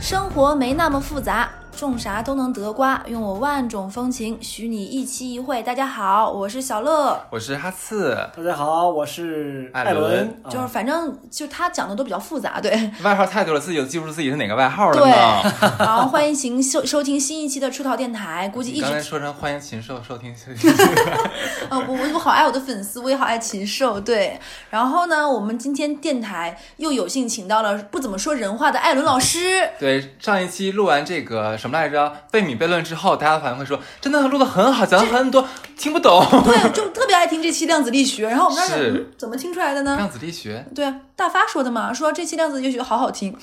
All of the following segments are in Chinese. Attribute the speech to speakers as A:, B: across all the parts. A: 生活没那么复杂，种啥都能得瓜。用我万种风情，许你一期一会。大家好，我是小乐。
B: 我是哈刺，
C: 大家好，我是
B: 艾
C: 艾伦
B: 伦，
A: 就是
C: 啊
A: 反正就他讲的都比较复杂，对。
B: 外号太多了，自己都记不住自己是哪个外号了呢。
A: 然后欢迎请收收听新一期的出逃电台，估计一
B: 你刚才
A: 直
B: 说成欢迎禽兽收听，
A: 呃我我我好爱我的粉丝，我也好爱禽兽，对。然后呢，我们今天电台又有幸请到了不怎么说人话的艾伦老 师。
B: 对，上一期录完这个什么来着贝米悖论之后，大家反馈说真的录的很好，讲了很多，听不懂。
A: 对，就特别爱听这期量子力学。然后我们当时
B: 是
A: 嗯，怎么听出来的呢？
B: 量子力学，
A: 对啊，大发说的嘛，说这期量子力学好好听。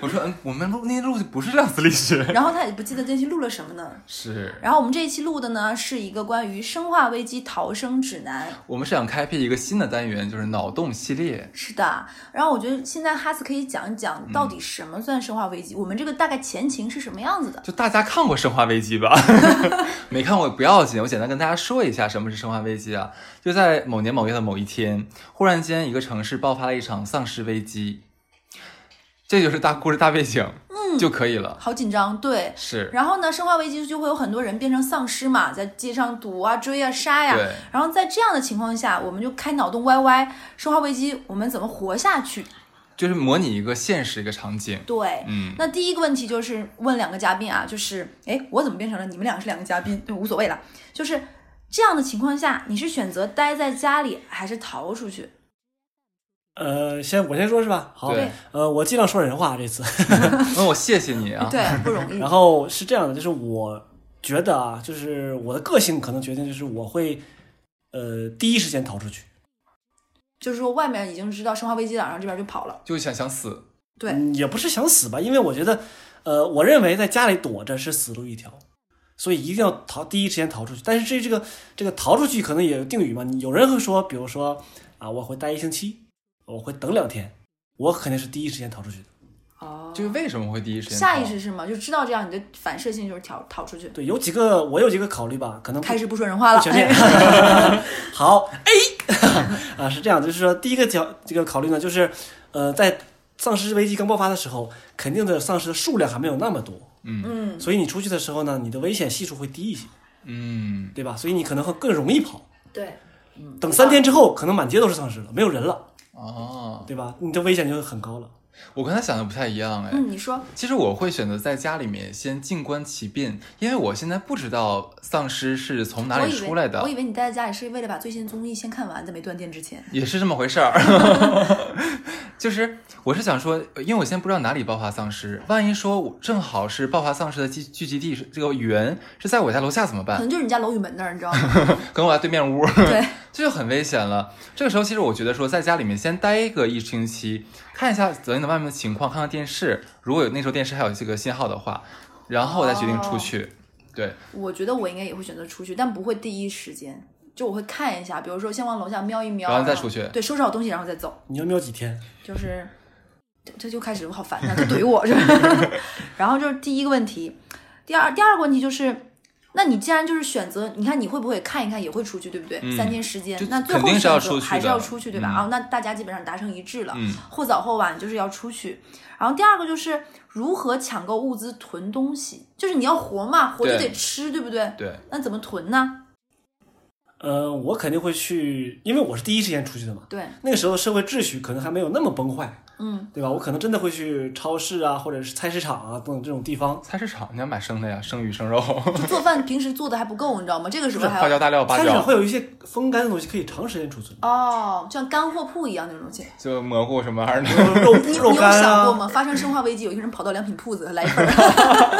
B: 我说嗯，我们录那录的不是量子力学，
A: 然后他也不记得这期录了什么呢。
B: 是
A: 然后我们这一期录的呢，是一个关于《生化危机逃生指南》。
B: 我们是想开辟一个新的单元，就是脑洞系列。
A: 是的，然后我觉得现在哈斯可以讲一讲到底什么算生化危机，我们这个大概前情是什么样子的。
B: 就大家看过《生化危机》吧？ 没看过也不要紧，我简单跟大家说一下什么是《生化危机》啊。就在某年某月的某一天，忽然间一个城市爆发了一场丧尸危机，这就是大故事大背景，嗯，就可以了。
A: 好紧张，对。
B: 是，
A: 然后呢，生化危机就会有很多人变成丧尸嘛，在街上堵啊、追啊、杀呀、
B: 对
A: 然后在这样的情况下，我们就开脑洞 YY，生化危机我们怎么活下去？
B: 就是模拟一个现实一个场景，
A: 对，
B: 嗯，
A: 那第一个问题就是问两个嘉宾啊，就是哎，我怎么变成了你们俩是两个嘉宾，就无所谓了。就是这样的情况下，你是选择待在家里还是逃出去？
C: 呃，先我先说是吧？好
B: 对，
C: 呃，我尽量说人话 这次。
B: 那我谢谢你啊，
A: 对，不容易
C: 然。后是这样的，就是我觉得啊，就是我的个性可能决定就是我会，呃，第一时间逃出去。
A: 就是说外面已经知道生化危机了，然后这边就跑了。
B: 就想想死，
A: 对
C: 嗯也不是想死吧，因为我觉得，呃，我认为在家里躲着是死路一条，所以一定要逃，第一时间逃出去。但是这这个这个逃出去可能也有定语嘛，你有人会说，比如说啊，我会待一星期，我会等两天，我肯定是第一时间逃出去的。
A: 哦
B: 就是为什么会第一时间
A: 下意
B: 逃
A: 识是吗？就知道这样，你的反射性就是逃逃出去。
C: 对，有几个我有几个考虑吧，可能不
A: 开始不说人话了，
C: 全面
A: 哎
C: 好 A 啊，是这样的，就是说第一个角这个考虑呢，就是呃，在丧尸危机刚爆发的时候，肯定的丧尸的数量还没有那么多，
A: 嗯，
C: 所以你出去的时候呢，你的危险系数会低一些，
B: 嗯，
C: 对吧？所以你可能会更容易跑。
A: 对，嗯
C: 等三天之后，可能满街都是丧尸了，没有人了，
B: 哦，
C: 对吧？你的危险就会很高了。
B: 我跟他想的不太一样哎，
A: 嗯，你说，
B: 其实我会选择在家里面先静观其变，因为我现在不知道丧尸是从
A: 我
B: 哪里
A: 以为
B: 出来
A: 我
B: 的，
A: 以为你待在家里是为了把最新的综艺先看完，在没断电之前。
B: 也是这么回事 儿。就是我是想说，因为我现在不知道哪里爆发丧尸，万一说我正好是爆发丧尸的聚聚集地是这个园是在我家楼下怎么
A: 可
B: 办？
A: 能就是你家楼宇门那儿，你知道吗？
B: 可能我家对面屋，
A: 对，
B: 这就很危险了。这个时候，其实我觉得说，在家里面先待个一星期，看一下昨天的外面的情况，看看电视，如果有那时候电视还有这个信号的话，然后我再决定出
A: 哦
B: 去。对，
A: 我觉得我应该也会选择出去，但不会第一时间，就我会看一下，比如说先往楼下瞄一瞄，
B: 然后再出去
A: 对，收拾好东西然后再走。
C: 你要没有几天？
A: 就是这这就开始我好烦呐，就怼 我是吧？ 然后就是第一个问题，第二第二个问题就是，那你既然就是选择，你看你会不会看一看也会出去，对不对？
B: 嗯
A: 三天时间
B: 就，
A: 那最后
B: 肯定是要
A: 选择
B: 出去的
A: 还是要出去，对吧？
B: 嗯
A: 啊，那大家基本上达成一致了，
B: 嗯
A: 或早或晚就是要出去。然后第二个就是如何抢购物资囤东西，就是你要活嘛，活就
B: 对
A: 得吃，对不对？
B: 对，
A: 那怎么囤呢？
C: 呃，我肯定会去，因为我是第一时间出去的嘛。
A: 对，
C: 那个时候社会秩序可能还没有那么崩坏，
A: 嗯，
C: 对吧？我可能真的会去超市啊，或者是菜市场啊等等这种地方。
B: 菜市场你要买生的呀，生鱼生肉，
A: 就做饭平时做的还不够，你知道吗？这个时候还
B: 花
A: 要
B: 椒大料
C: 菜
B: 八
C: 市场
B: 角，
C: 会有一些风干的东西可以长时间储存，
A: 哦，像干货铺一样那种东西。
B: 就蘑菇什么玩意
C: 比
B: 儿
C: 如肉
A: 你
C: 肉
A: 你有
C: 干
A: 想过
C: 啊，
A: 吗？发生生化危机，有一个人跑到良品铺子来一份儿。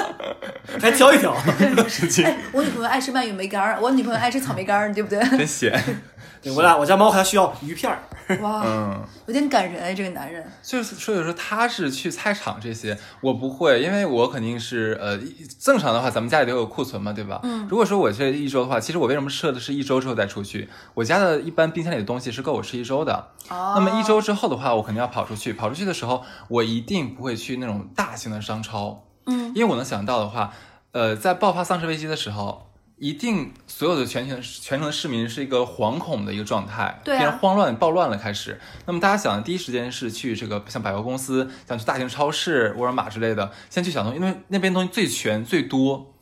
C: 还挑一挑。
B: 的事情，
A: 哎，我女朋友爱吃蔓越莓干儿，我女朋友爱吃草莓干儿，对不对？
B: 真 咸。
C: 对我俩，我家猫还需要鱼片儿。
A: 哇，
B: 嗯，
A: 有点感人哎，这个男人。
B: 就是所以说他是去菜场这些，我不会，因为我肯定是呃一正常的话，咱们家里都有库存嘛，对吧？嗯，如果说我这一周的话，其实我为什么设的是一周之后再出去？我家的一般冰箱里的东西是够我吃一周的。
A: 哦，
B: 那么一周之后的话，我肯定要跑出去。跑出去的时候，我一定不会去那种大型的商超，
A: 嗯，
B: 因为我能想到的话，呃，在爆发丧尸危机的时候，一定所有的全城全城的市民是一个惶恐的一个状态，
A: 对啊
B: 变成慌乱暴乱了开始。那么大家想的第一时间是去这个像百货公司，想去大型超市、沃尔玛之类的，先去小东西，因为那边东西最全最多，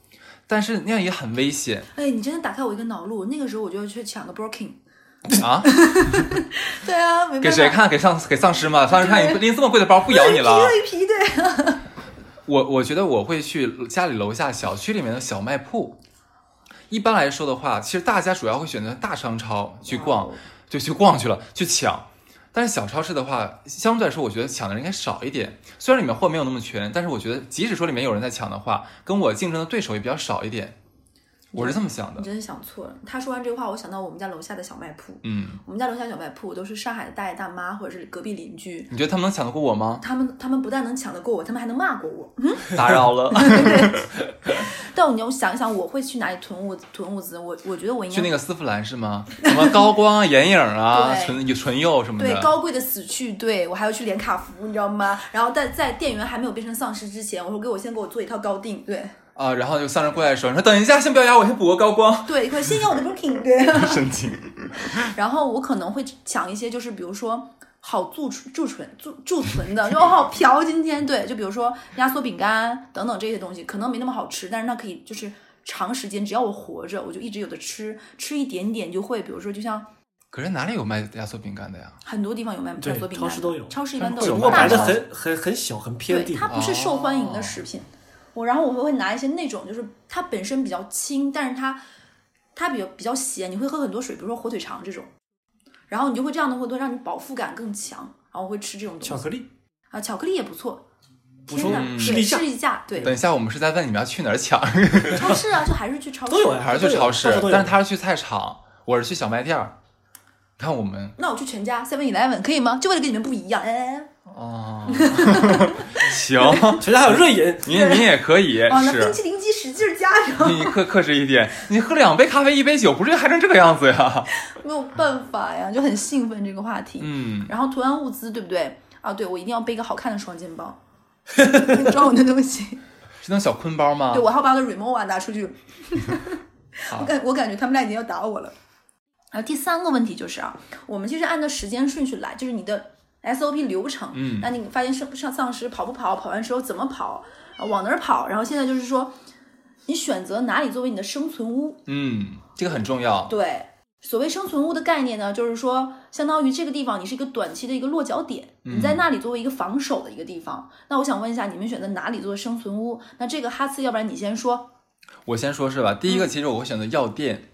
B: 但是那样也很 危险
A: 哎，你真的打开我一个脑路。那个时候我就去抢个 Birkin。
B: 啊！
A: 对啊，没办法
B: 给谁看？给丧给丧尸吗？丧尸看你拎这么贵的包不咬你了。
A: 一皮对。
B: 我我觉得我会去家里楼下小区里面的小卖铺。一般来说的话，其实大家主要会选择大商超去逛，
A: 哦
B: 就去逛去了，去抢。但是小超市的话，相对来说，我觉得抢的人应该少一点。虽然里面货没有那么全，但是我觉得即使说里面有人在抢的话，跟我竞争的对手也比较少一点。我是这么想
A: 你
B: 的。
A: 真的想错了。他说完这话，我想到我们家楼下的小卖铺。
B: 嗯，
A: 我们家楼下小卖铺都是上海的大爷大妈或者是隔壁邻居，
B: 你觉得他们能抢得过我 吗？
A: 他们他们不但能抢得过我，他们还能骂过我。
B: 打扰了，
A: 但你要想一想，我会去哪里囤物囤物资？我我觉得我应该
B: 去那个丝芙兰是吗？什么高光啊、眼影啊、
A: 对
B: 唇唇釉什么的。
A: 对高贵的死去，对我还要去连卡服，你知道吗？然后在在店员还没有变成丧尸之前，我说给我先给我做一套高定，对
B: 啊，然后就丧尸过来的时候，你说等一下，先不要压我，先补个高光，
A: 对，快先要我的 Birkin，对。
B: 神经。
A: 然后我可能会抢一些，就是比如说好贮存、贮存、贮贮存的，就哦好嫖今天对，就比如说压缩饼干等等这些东西，可能没那么好吃，但是它可以就是长时间，只要我活着，我就一直有的吃，吃一点点就会，比如说就像
B: 可是哪里有卖压缩饼干的呀？
A: 很多地方有卖
C: 对
A: 压缩饼干的，
C: 超市都有
A: 超市一般都
C: 只
A: 有，
C: 不过
A: 大
C: 摆的
A: 超市
C: 很很很小，很偏
A: 对，
C: 地。
A: 它不是受欢
C: 哦
A: 迎的食品。我然后我会拿一些那种，就是它本身比较轻，但是它它比较比较咸，你会喝很多水，比如说火腿肠这种，然后你就会这样的会多让你饱腹感更强，然后我会吃这种
C: 巧
A: 东西
C: 克力
A: 啊，巧克力也不错。
C: 补
A: 天
C: 充
A: 哪，
C: 视
A: 对，
C: 力价
A: 士力架，对，
B: 等一下，我们是在问你们要去哪儿 抢，
A: 超市啊，就还是去超市
C: 都有呀
B: 还是去超市
C: 到处都？有
B: 但是他是去菜场，我是去小卖店儿。你看我们
A: 那我去全家 Seven Eleven 可以吗？就为了跟你们不一样，哎哎，
B: 哦， 行，
C: 全家还有热饮，
B: 您您也可以
A: 哎哦，那
C: 啊
A: 冰
B: 是，
A: 淇淋机使劲儿加上，
B: 你克克制一点，你喝两杯咖啡，一杯酒，不至于嗨成这个样子呀。
A: 没有办法呀，就很兴奋这个话题。
B: 嗯，
A: 然后囤完物资，对不对？啊，对，我一定要背一个好看的双肩包， 装我的东西。
B: 是那种小坤包吗
A: 对，？我还要把我的 remova 拿出去。
B: 好
A: 我感我感觉他们俩已经要打我了。然后第三个问题就是啊，我们其实按照时间顺序来，就是你的 SOP 流程。
B: 嗯
A: 那你发现上上丧尸跑不跑，跑完之后怎么跑，啊往哪儿跑？然后现在就是说，你选择哪里作为你的生存屋？
B: 嗯，这个很重要。
A: 对，所谓生存屋的概念呢，就是说，相当于这个地方你是一个短期的一个落脚点，你
B: 嗯
A: 在那里作为一个防守的一个地方。那我想问一下，你们选择哪里做生存屋？那这个哈次，要不然你先说。
B: 我先说是吧？第一
A: 嗯
B: 个，其实我会选择药店。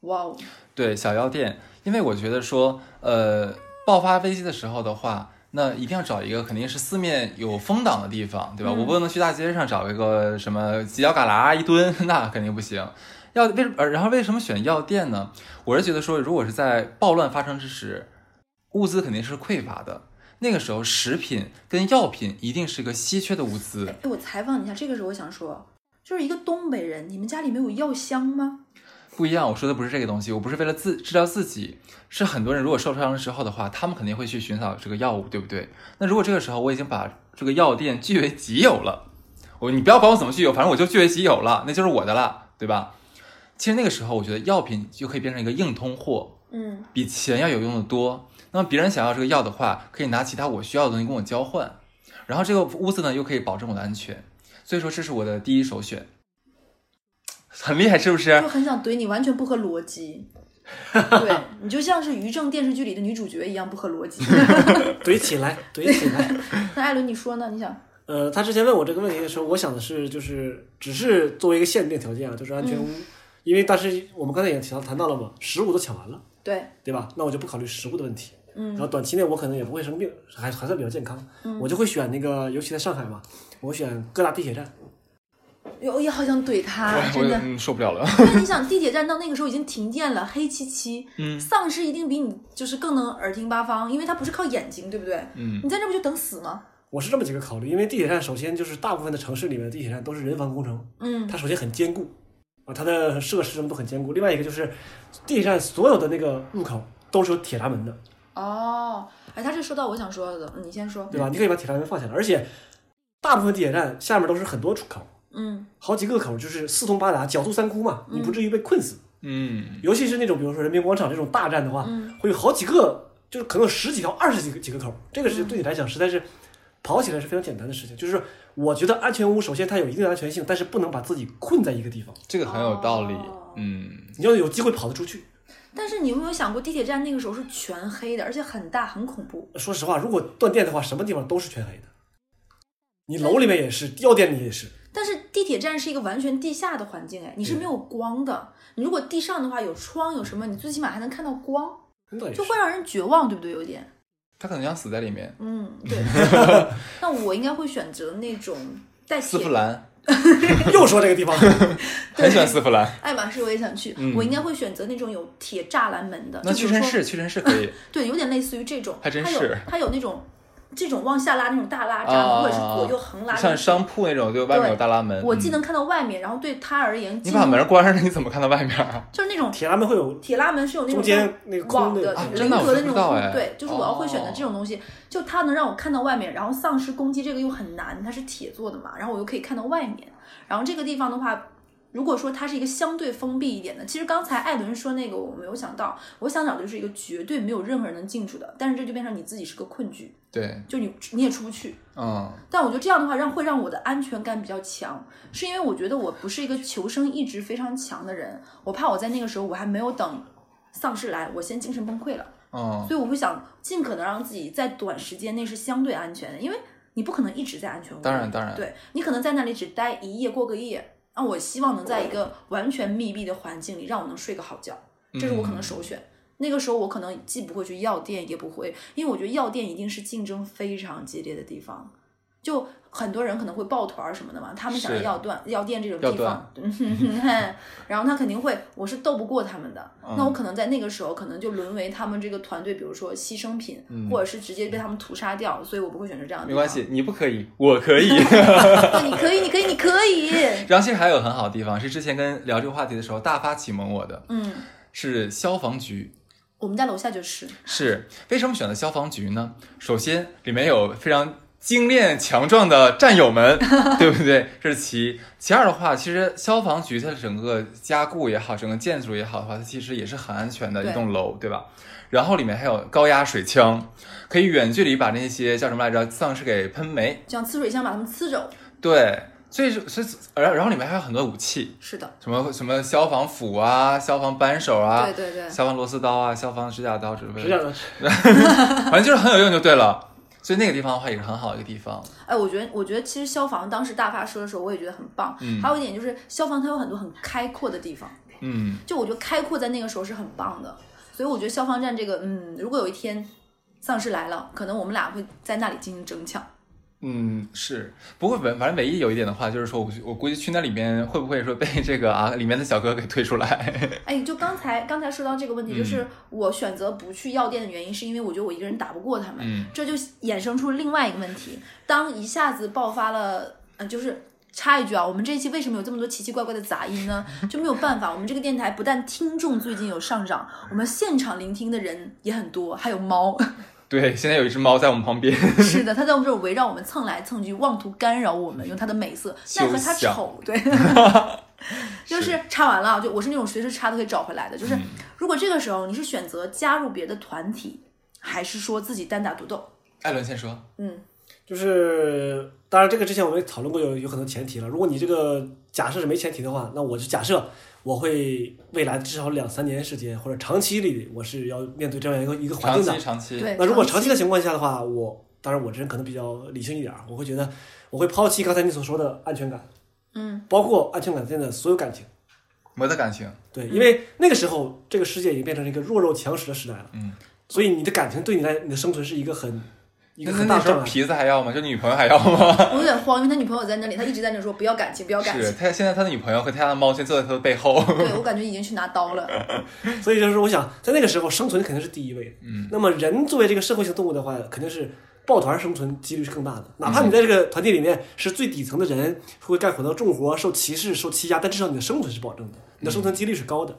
A: 哇哦，
B: 对小药店，因为我觉得说，呃，爆发危机的时候的话，那一定要找一个肯定是四面有风挡的地方，对吧？我不能去大街上找一个什么犄角旮旯一蹲， 那肯定不行。要为呃，然后为什么选药店呢？我是觉得说，如果是在暴乱发生之时，物资肯定是匮乏的。那个时候，食品跟药品一定是个稀缺的物资。
A: 哎，我采访你一下，这个时候我想说，就是一个东北人，你们家里没有药箱吗？
B: 不一样，我说的不是这个东西，我不是为了自治疗自己，是很多人如果受伤之后的话，他们肯定会去寻找这个药物，对不对？那如果这个时候我已经把这个药店据为己有了，我你不要管我怎么据有，反正我就据为己有了，那就是我的了，对吧？其实那个时候，我觉得药品就可以变成一个硬通货，
A: 嗯，
B: 比钱要有用的多。那么别人想要这个药的话，可以拿其他我需要的东西跟我交换，然后这个屋子呢又可以保证我的安全，所以说这是我的第一首选，很厉害是不是？
A: 就很想怼你，完全不合逻辑。 对你就像是于正电视剧里的女主角一样不合逻辑。
C: 怼起来，怼起 来。
A: 那艾伦，你说呢？你想，
C: 呃，他之前问我这个问题的时候，我想的是，就是只是作为一个限定条件啊，就是安全屋，
A: 嗯
C: 因为当时我们刚才也提到谈到了嘛，食物都抢完了，
A: 对，
C: 对吧？那我就不考虑食物的问题，
A: 嗯
C: 然后短期内我可能也不会生病，还还算比较健康，我就会选那个，尤其在上海嘛，我选各大地铁站，
A: 哎我也好想怼他，
B: 我
A: 啊真的。
B: 嗯受不了 了。
A: 因为你想，地铁站到那个时候已经停电了，黑漆漆，
B: 嗯
A: 丧尸一定比你就是更能耳听八方，因为它不是靠眼睛，对不对？
B: 嗯，
A: 你在这不就等死吗？
C: 我是这么几个考虑，因为地铁站首先就是大部分的城市里面的地铁站都是人防工程，
A: 嗯，
C: 它首先很坚固啊，它的设施什么都很坚固。另外一个就是地铁站所有的那个入口都是有铁闸门的，
A: 哦，哎，他这说到我想说的，嗯你先说。
C: 对吧？你可以把铁闸门放下来，而且大部分地铁站下面都是很多出口，
A: 嗯
C: 好几个口就是四通八达、狡兔三窟嘛，你不至于被困死。
B: 嗯
C: 尤其是那种比如说人民广场这种大战的话，
A: 嗯
C: 会有好几个，就是可能有十几条、二十几个几个口，这个是对你来讲实在是跑起来是非常简单的事情。就是我觉得安全屋首先它有一定的安全性，但是不能把自己困在一个地方，
B: 这个很有道理
A: 哦。
B: 嗯，
C: 你要有机会跑得出去。
A: 但是你有没有想过，地铁站那个时候是全黑的，而且很大，很恐怖。
C: 说实话，如果断电的话，什么地方都是全黑的，你楼里面也是，药店里也是。
A: 但是地铁站是一个完全地下的环境，哎，你是没有光的。你如果地上的话，有窗有什么，你最起码还能看到光，
C: 真的也是
A: 就会让人绝望，对不对？有点，
B: 他可能想死在里面。
A: 嗯， 对。那我应该会选择那种带
B: 丝
A: 铁
B: 芙兰，
C: 又说这个地方，
B: 很喜欢丝芙兰。
A: 爱马仕我也想去，
B: 嗯
A: 我应该会选择那种有铁栅栏门的，
B: 那
A: 就比
B: 屈
A: 如
B: 臣
A: 说，
B: 氏，屈臣氏可以。
A: 对，有点类似于这种，
B: 还真
A: 它有
B: 是
A: 它有那种这种往下拉那种大拉闸门，
B: 啊
A: 或者是左右横拉那种，
B: 像商铺那种，就外面有大拉门。
A: 我既
B: 嗯
A: 能看到外面，然后对他而言，
B: 你
A: 进
B: 把
A: 入
B: 门关上了，你怎么看到外面啊？
A: 就是那种
C: 铁栏门会有
A: 铁拉门是有那种
C: 中间那个
A: 网
C: 空那
A: 的
C: 个
B: 啊
A: 就是人
B: 真的我
A: 格的
B: 不
A: 那
B: 知
A: 种
B: 道
A: 空
B: 哎
A: 对，就是我要会选择这种东西，就它能让我看到外面，然后丧尸攻击这个又很难，它是铁做的嘛，然后我又可以看到外面，然后这个地方的话。如果说它是一个相对封闭一点的，其实刚才艾伦说那个我没有想到，我想找的就是一个绝对没有任何人能进去的，但是这就变成你自己是个困局，
B: 对，
A: 就你你也出不去，
B: 嗯，
A: 但我觉得这样的话让会让我的安全感比较强，是因为我觉得我不是一个求生意志非常强的人，我怕我在那个时候我还没有等丧尸来，我先精神崩溃了，
B: 嗯，
A: 所以我会想尽可能让自己在短时间内是相对安全的，因为你不可能一直在安全屋，
B: 当然当然
A: 对你可能在那里只待一夜过个夜。那我希望能在一个完全密闭的环境里，让我能睡个好觉，这是我
B: 嗯
A: 可能首选。那个时候我可能既不会去药店，也不会，因为我觉得药店一定是竞争非常激烈的地方，就很多人可能会抱团儿什么的嘛，他们想要
B: 是
A: 药断药店这种
B: 药
A: 地方， 然后他肯定会，我是斗不过他们的，
B: 嗯
A: 那我可能在那个时候可能就沦为他们这个团队，比如说牺牲品，或者是直接被他们屠杀掉，所以我不会选择这样的。
B: 嗯没关，系，你不可以，我 可以。
A: 对，你可以，你可以，你可以，
B: 然后其实还有很好的地方是，之前跟聊这个话题的时候，大发启蒙我的
A: 嗯，
B: 是消防局。
A: 我们家楼下就是，
B: 是为什么选择消防局呢？首先，里面有非常精炼强壮的战 友们，对不对？这是其一。其二的话，其实消防局它整个加固也好，整个建筑也好的话，它其实也是很安全的
A: 对
B: 一栋楼，对吧？然后里面还有高压水枪，可以远距离把那些叫什么来着丧尸给喷没。
A: 像呲水枪把他们呲走，
B: 对，所以是，所以然后然后里面还有很多武器，
A: 是的，
B: 什么什么消防斧啊、消防扳手啊、
A: 对对对，
B: 消防螺丝刀啊、消防指甲刀之类的。
C: 指甲的
B: 反正就是很有用就对了。所以那个地方的话也是很好的一个地方，
A: 哎，我觉得，我觉得其实消防当时大发说的时候，我也觉得很棒。
B: 嗯
A: 还有一点就是消防它有很多很开阔的地方，
B: 嗯，
A: 就我觉得开阔在那个时候是很棒的。所以我觉得消防站这个，嗯，如果有一天丧尸来了，可能我们俩会在那里进行争抢。
B: 嗯，是。不过反反正唯一有一点的话，就是说我我估计去那里面会不会说被这个啊里面的小哥给推出来？
A: 哎，就刚才刚才说到这个问题，
B: 嗯
A: 就是我选择不去药店的原因，是因为我觉得我一个人打不过他们，
B: 嗯
A: 这就衍生出另外一个问题。当一下子爆发了，呃，就是插一句啊，我们这一期为什么有这么多奇奇怪怪的杂音呢？就没有办法，我们这个电台不但听众最近有上涨，我们现场聆听的人也很多，还有猫。
B: 对，现在有一只猫在我们旁边，
A: 是的，它在我们这儿围绕我们蹭来蹭去，妄图干扰我
C: 嗯
A: 们，用它的美色，奈何它
B: 休想
A: 丑， 对。 就是插完了啊，就我是那种随时插都可以找回来的。
C: 嗯
A: 就是如果这个时候你是选择加入别的团体，还是说自己单打独斗？
B: 艾伦先说，
A: 嗯，
C: 就是，当然这个之前我们也讨论过有有很多前提了。如果你这个假设是没前提的话，那我就假设我会未来至少两三年时间或者长期里，我是要面对这样一个一个环
B: 长
C: 境的
B: 期。长期，
A: 对。
C: 那如果长
A: 长
C: 期的情况下的话，我当然我这人可能比较理性一点儿，我会觉得我会抛弃刚才你所说的安全感，
A: 嗯，
C: 包括安全感现在的所有感情。
B: 没得感情，
C: 对，因为那个时候这个世界已经变成了一个弱肉强食的时代了，
B: 嗯，
C: 所以你的感情对你来你的生存是一个很一
B: 那
C: 个
B: 那
C: 很
B: 那
C: 大的
B: 时
C: 障
B: 候
C: 碍。
B: 皮子还要吗？就女朋友还要吗？
A: 我有点慌，因为他女朋友在那里，他一直在那里说不要感情，不要感
B: 是
A: 情。
B: 他现在他的女朋友和他的猫现在坐在他的背后，
A: 对我感觉已经去拿刀了。
C: 所以就是我想，在那个时候，生存肯定是第一位的。嗯，那么人作为这个社会性动物的话，肯定是抱团生存几率是更大的。哪怕你在这个团体里面是最底层的人，会干很多重活、受歧视、受欺压，但至少你的生存是保证的，你的生存几率是高的。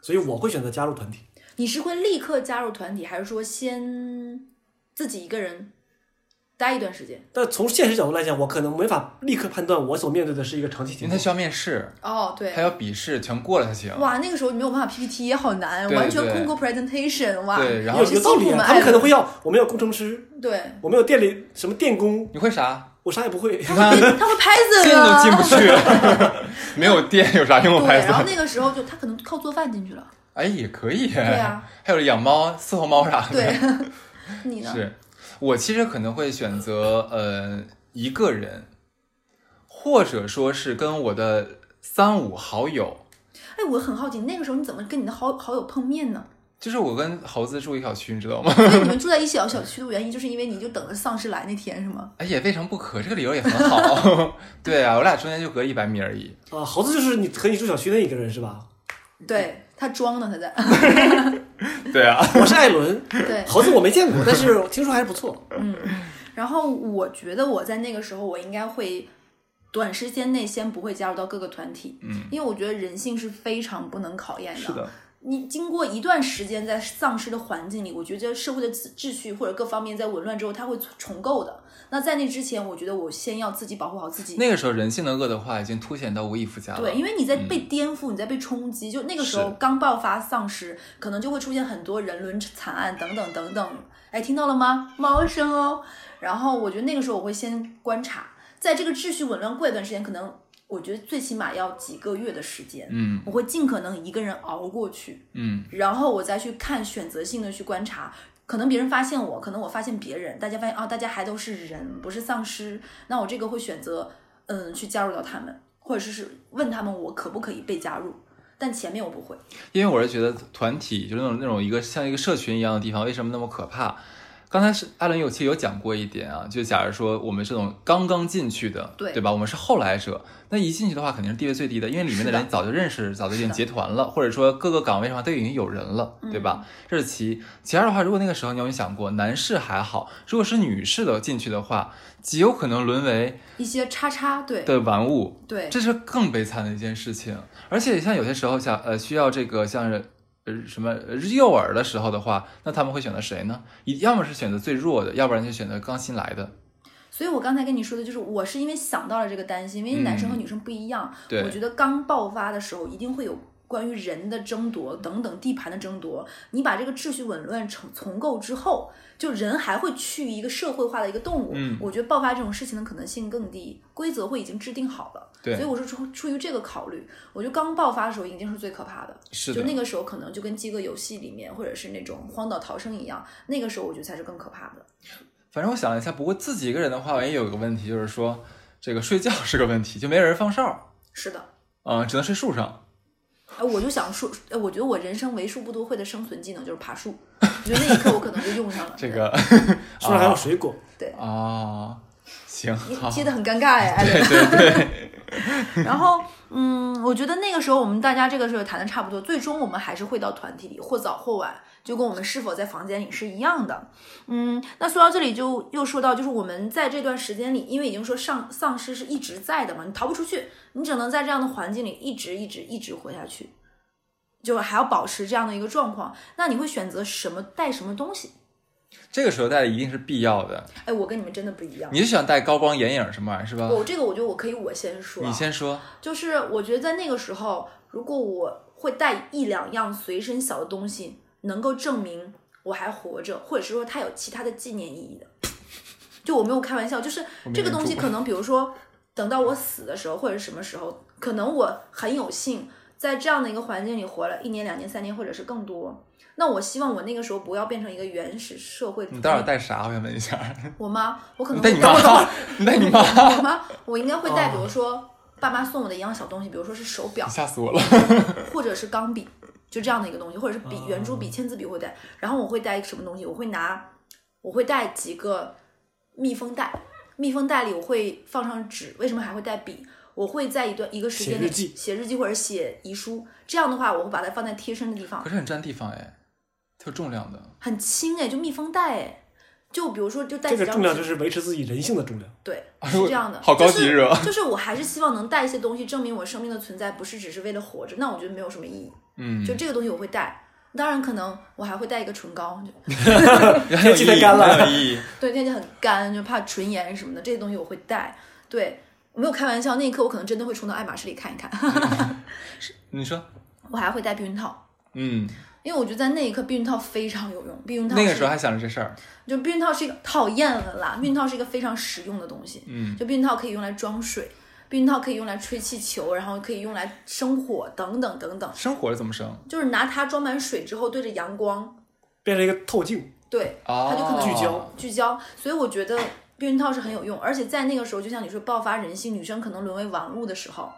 C: 所以我会选择加入团体。
A: 你是会立刻加入团体，还是说先自己一个人？待一段时 间。
C: 但从现实角度来讲，我可能没法立刻判断我所面对的是一个长期
B: 因为
C: 情
B: 他
C: 况。
B: 需要面试，
A: 哦，对
B: 他，要笔试，全过了才行。
A: 哇，那个时候你没有办法 PPT 也好难，
B: 啊对
A: 完全
B: 对
A: 空过 presentation，哇，
B: 对然后
A: 有
C: 有
A: 些
C: 有道理
A: 辛苦
C: 啊，
A: 嘛哎
C: 他们可能会要我没有工程师，
A: 对，
C: 我没有电力什么电工，
B: 你会啥？
C: 我啥也不会。
B: 你看进
A: 他会 Python
B: 都
A: 啊，
B: 进不去， 没有电有啥用啊？
A: 对，然后
B: Python？
A: 那个时候就他可能靠做饭进去了，
B: 哎，也可以。
A: 对啊，
B: 还有养猫、伺候猫啥的。
A: 对， 你呢？
B: 是我其实可能会选择呃一个人，或者说是跟我的三五好友，
A: 哎，我很好奇，那个时候你怎么跟你的好好友碰面呢？
B: 就是我跟猴子住一小区，你知道吗？
A: 因为你们住在一起小小区的原因，就是因为你就等着丧尸来那天是吗？
B: 哎，也未尝不可，这个理由也很好。 对啊，我俩中间就隔一百米 而已。
C: 啊，猴子就是你和你住小区那一个人是吧？
A: 对他装呢，他在。
B: 对啊，
C: 我是艾伦，
A: 对，
C: 猴子我没见过，但是我听说还是不 错。
A: 然后我觉得我在那个时候，我应该会短时间内先不会加入到各个团体，
B: 嗯，
A: 因为我觉得人性是非常不能考验的。
B: 是的，
A: 你经过一段时间在丧失的环境里，我觉得社会的秩秩序或者各方面在紊乱之后，它会重构的。那在那之前，我觉得我先要自己保护好自己。
B: 那个时候人性的恶的话已经凸显到无以复加了。
A: 对，因为你在被颠覆，你在被冲击，就那个时候
B: 是
A: 刚爆发丧尸，可能就会出现很多人伦惨案等等等等。哎，听到了吗？猫声哦。然后我觉得那个时候我会先观察，在这个秩序紊乱过一段时间，可能我觉得最起码要几个月的时间，
B: 嗯
A: 我会尽可能一个人熬过去。
B: 嗯，
A: 然后我再去看选择性的去观察，可能别人发现我，可能我发现别人，大家发现哦，大家还都是人，不是丧尸，那我这个会选择嗯去加入到他们，或者是是问他们我可不可以被加入，但前面我不会，
B: 因为我是觉得团体就是那种那种一个像一个社群一样的地方，为什么那么可怕？刚才是艾伦有其实有讲过一点啊，就假如说我们这种刚刚进去的，
A: 对
B: 对吧？我们是后来者，那一进去的话肯定是地位最低的，因为里面的
A: 是的
B: 人早就认识，早就
A: 是
B: 已经
A: 的
B: 结团了，或者说各个岗位上都已经有人了，对
A: 嗯
B: 吧？这是其一。其二的话，如果那个时候你有没有想过，男士还好，如果是女士的进去的话，极有可能沦为
A: 一些叉叉，对
B: 的玩物，
A: 对
B: 这是更悲惨的一件事情。而且像有些时候像呃需要这个像是呃什么呃诱饵的时候的话，那他们会选择谁呢？一要么是选择最弱的，要不然就选择刚新来的。
A: 所以我刚才跟你说的就是，我是因为想到了这个担心，因为男生和女生不一样，
B: 嗯对
A: 我觉得刚爆发的时候一定会有。关于人的争夺等等地盘的争夺，你把这个秩序紊乱重重构之后，就人还会趋于一个社会化的一个动物。
B: 嗯
A: 我觉得爆发这种事情的可能性更低，规则会已经制定好了。
B: 对
A: 所以我是出出于这个考虑，我觉得刚爆发的时候一定是最可怕的。
B: 是
A: 就那个时候可能就跟饥饿游戏里面或者是那种荒岛逃生一样，那个时候我觉得才是更可怕的。
B: 反正我想了一下，不过自己一个人的话，我也有个问题，就是说这个睡觉是个问题，就没有人放哨，
A: 是的。
B: 嗯、只能睡树上。
A: 哎，我就想说，哎，我觉得我人生为数不多会的生存技能就是爬树，我觉得那一刻我可能就用上了。
B: 这个
C: 树上还有水果，
A: 对，
B: 啊、行
A: 你
B: 好，
A: 接的很尴尬哎，艾伦。对对 对。然后，嗯，我觉得那个时候我们大家这个时候谈的差不多，最终我们还是会到团体里，或早或晚，就跟我们是否在房间里是一样的。嗯，那说到这里就又说到，就是我们在这段时间里，因为已经说丧丧尸是一直在的嘛，你逃不出去，你只能在这样的环境里一直一直一直活下去，就还要保持这样的一个状况。那你会选择什么带什么东西？
B: 这个时候戴一定是必要的。
A: 哎，我跟你们真的不一样
B: 你。是想戴高光眼影什么玩意儿是吧？
A: 我、这个我觉得我可以我先说啊，
B: 你先说，
A: 就是我觉得在那个时候，如果我会带一两样随身小的东西，能够证明我还活着，或者是说它有其他的纪念意义的。就我没有开玩笑，就是
B: 我没
A: 这个
B: 忍
A: 东西
B: 住
A: 可能，比如说等到我死的时候，或者什么时候，可能我很有幸在这样的一个环境里活了一年、两年、三年，或者是更多。那我希望我那个时候不要变成一个原始社会。
B: 你待会儿带啥？我想问一下。
A: 我妈，我可
B: 你
A: 能会
B: 带你妈
A: 我等会儿，
B: 你带你妈，
A: 我妈，我应该会带，比如说爸妈送我的一样小东西，比如说是手表，
B: 吓死我了。
A: 或者是钢笔，就这样的一个东西，或者是笔
C: 哦、
A: 圆珠笔、签字笔会带。然后我会带什么东西？我会拿，我会带几个密封袋，密封袋里我会放上纸。为什么还会带笔？我会在一段一个时间内
C: 写日记
A: 写日记或者写遗书。这样的话，我会把它放在贴身的地方
B: 可，是很占地方哎，它有重量的。
A: 很轻哎，就密封袋哎。就比如说，就带
C: 这
A: 几
C: 个
A: 张
C: 重量
A: 纸
C: 就是维持自己人性的重量。
A: 对，
B: 哎
A: 是
B: 呦
A: 这样的，
B: 好高级啊是吧
A: 就是？就是我还是希望能带一 些东西，证明我生命的存在不是只是为了活着，那我觉得没有什么意义。
B: 嗯
A: 就这个东西我会带。当然可能我还会带一个唇膏，就
B: 很有
C: 记
B: 意
C: 得
B: 义，
C: 干了
B: 很有意义。
A: 对，天气很干，就怕唇炎什么的，这些东西我会带。对，没有开玩笑，那一刻我可能真的会冲到爱马仕里看一 看。
B: 你说，
A: 我还会带避孕套，
B: 嗯，
A: 因为我觉得在那一刻避孕套非常有用。避孕套
B: 那个
A: 是
B: 时候还想着这事儿，
A: 就避孕套是一个讨厌了啦，避孕套是一个非常实用的东西。
B: 嗯，
A: 就避孕套可以用来装水，避孕套可以用来吹气球，然后可以用来生火等等等等。
B: 生活是怎么生？
A: 就是拿它装满水之后，对着阳光，
C: 变成一个透镜，
A: 对
B: 哦，
A: 它就可能
C: 聚焦
A: 聚焦。所以我觉得避孕套是很有用，而且在那个时候，就像你说爆发人性，女生可能沦为玩物的时候，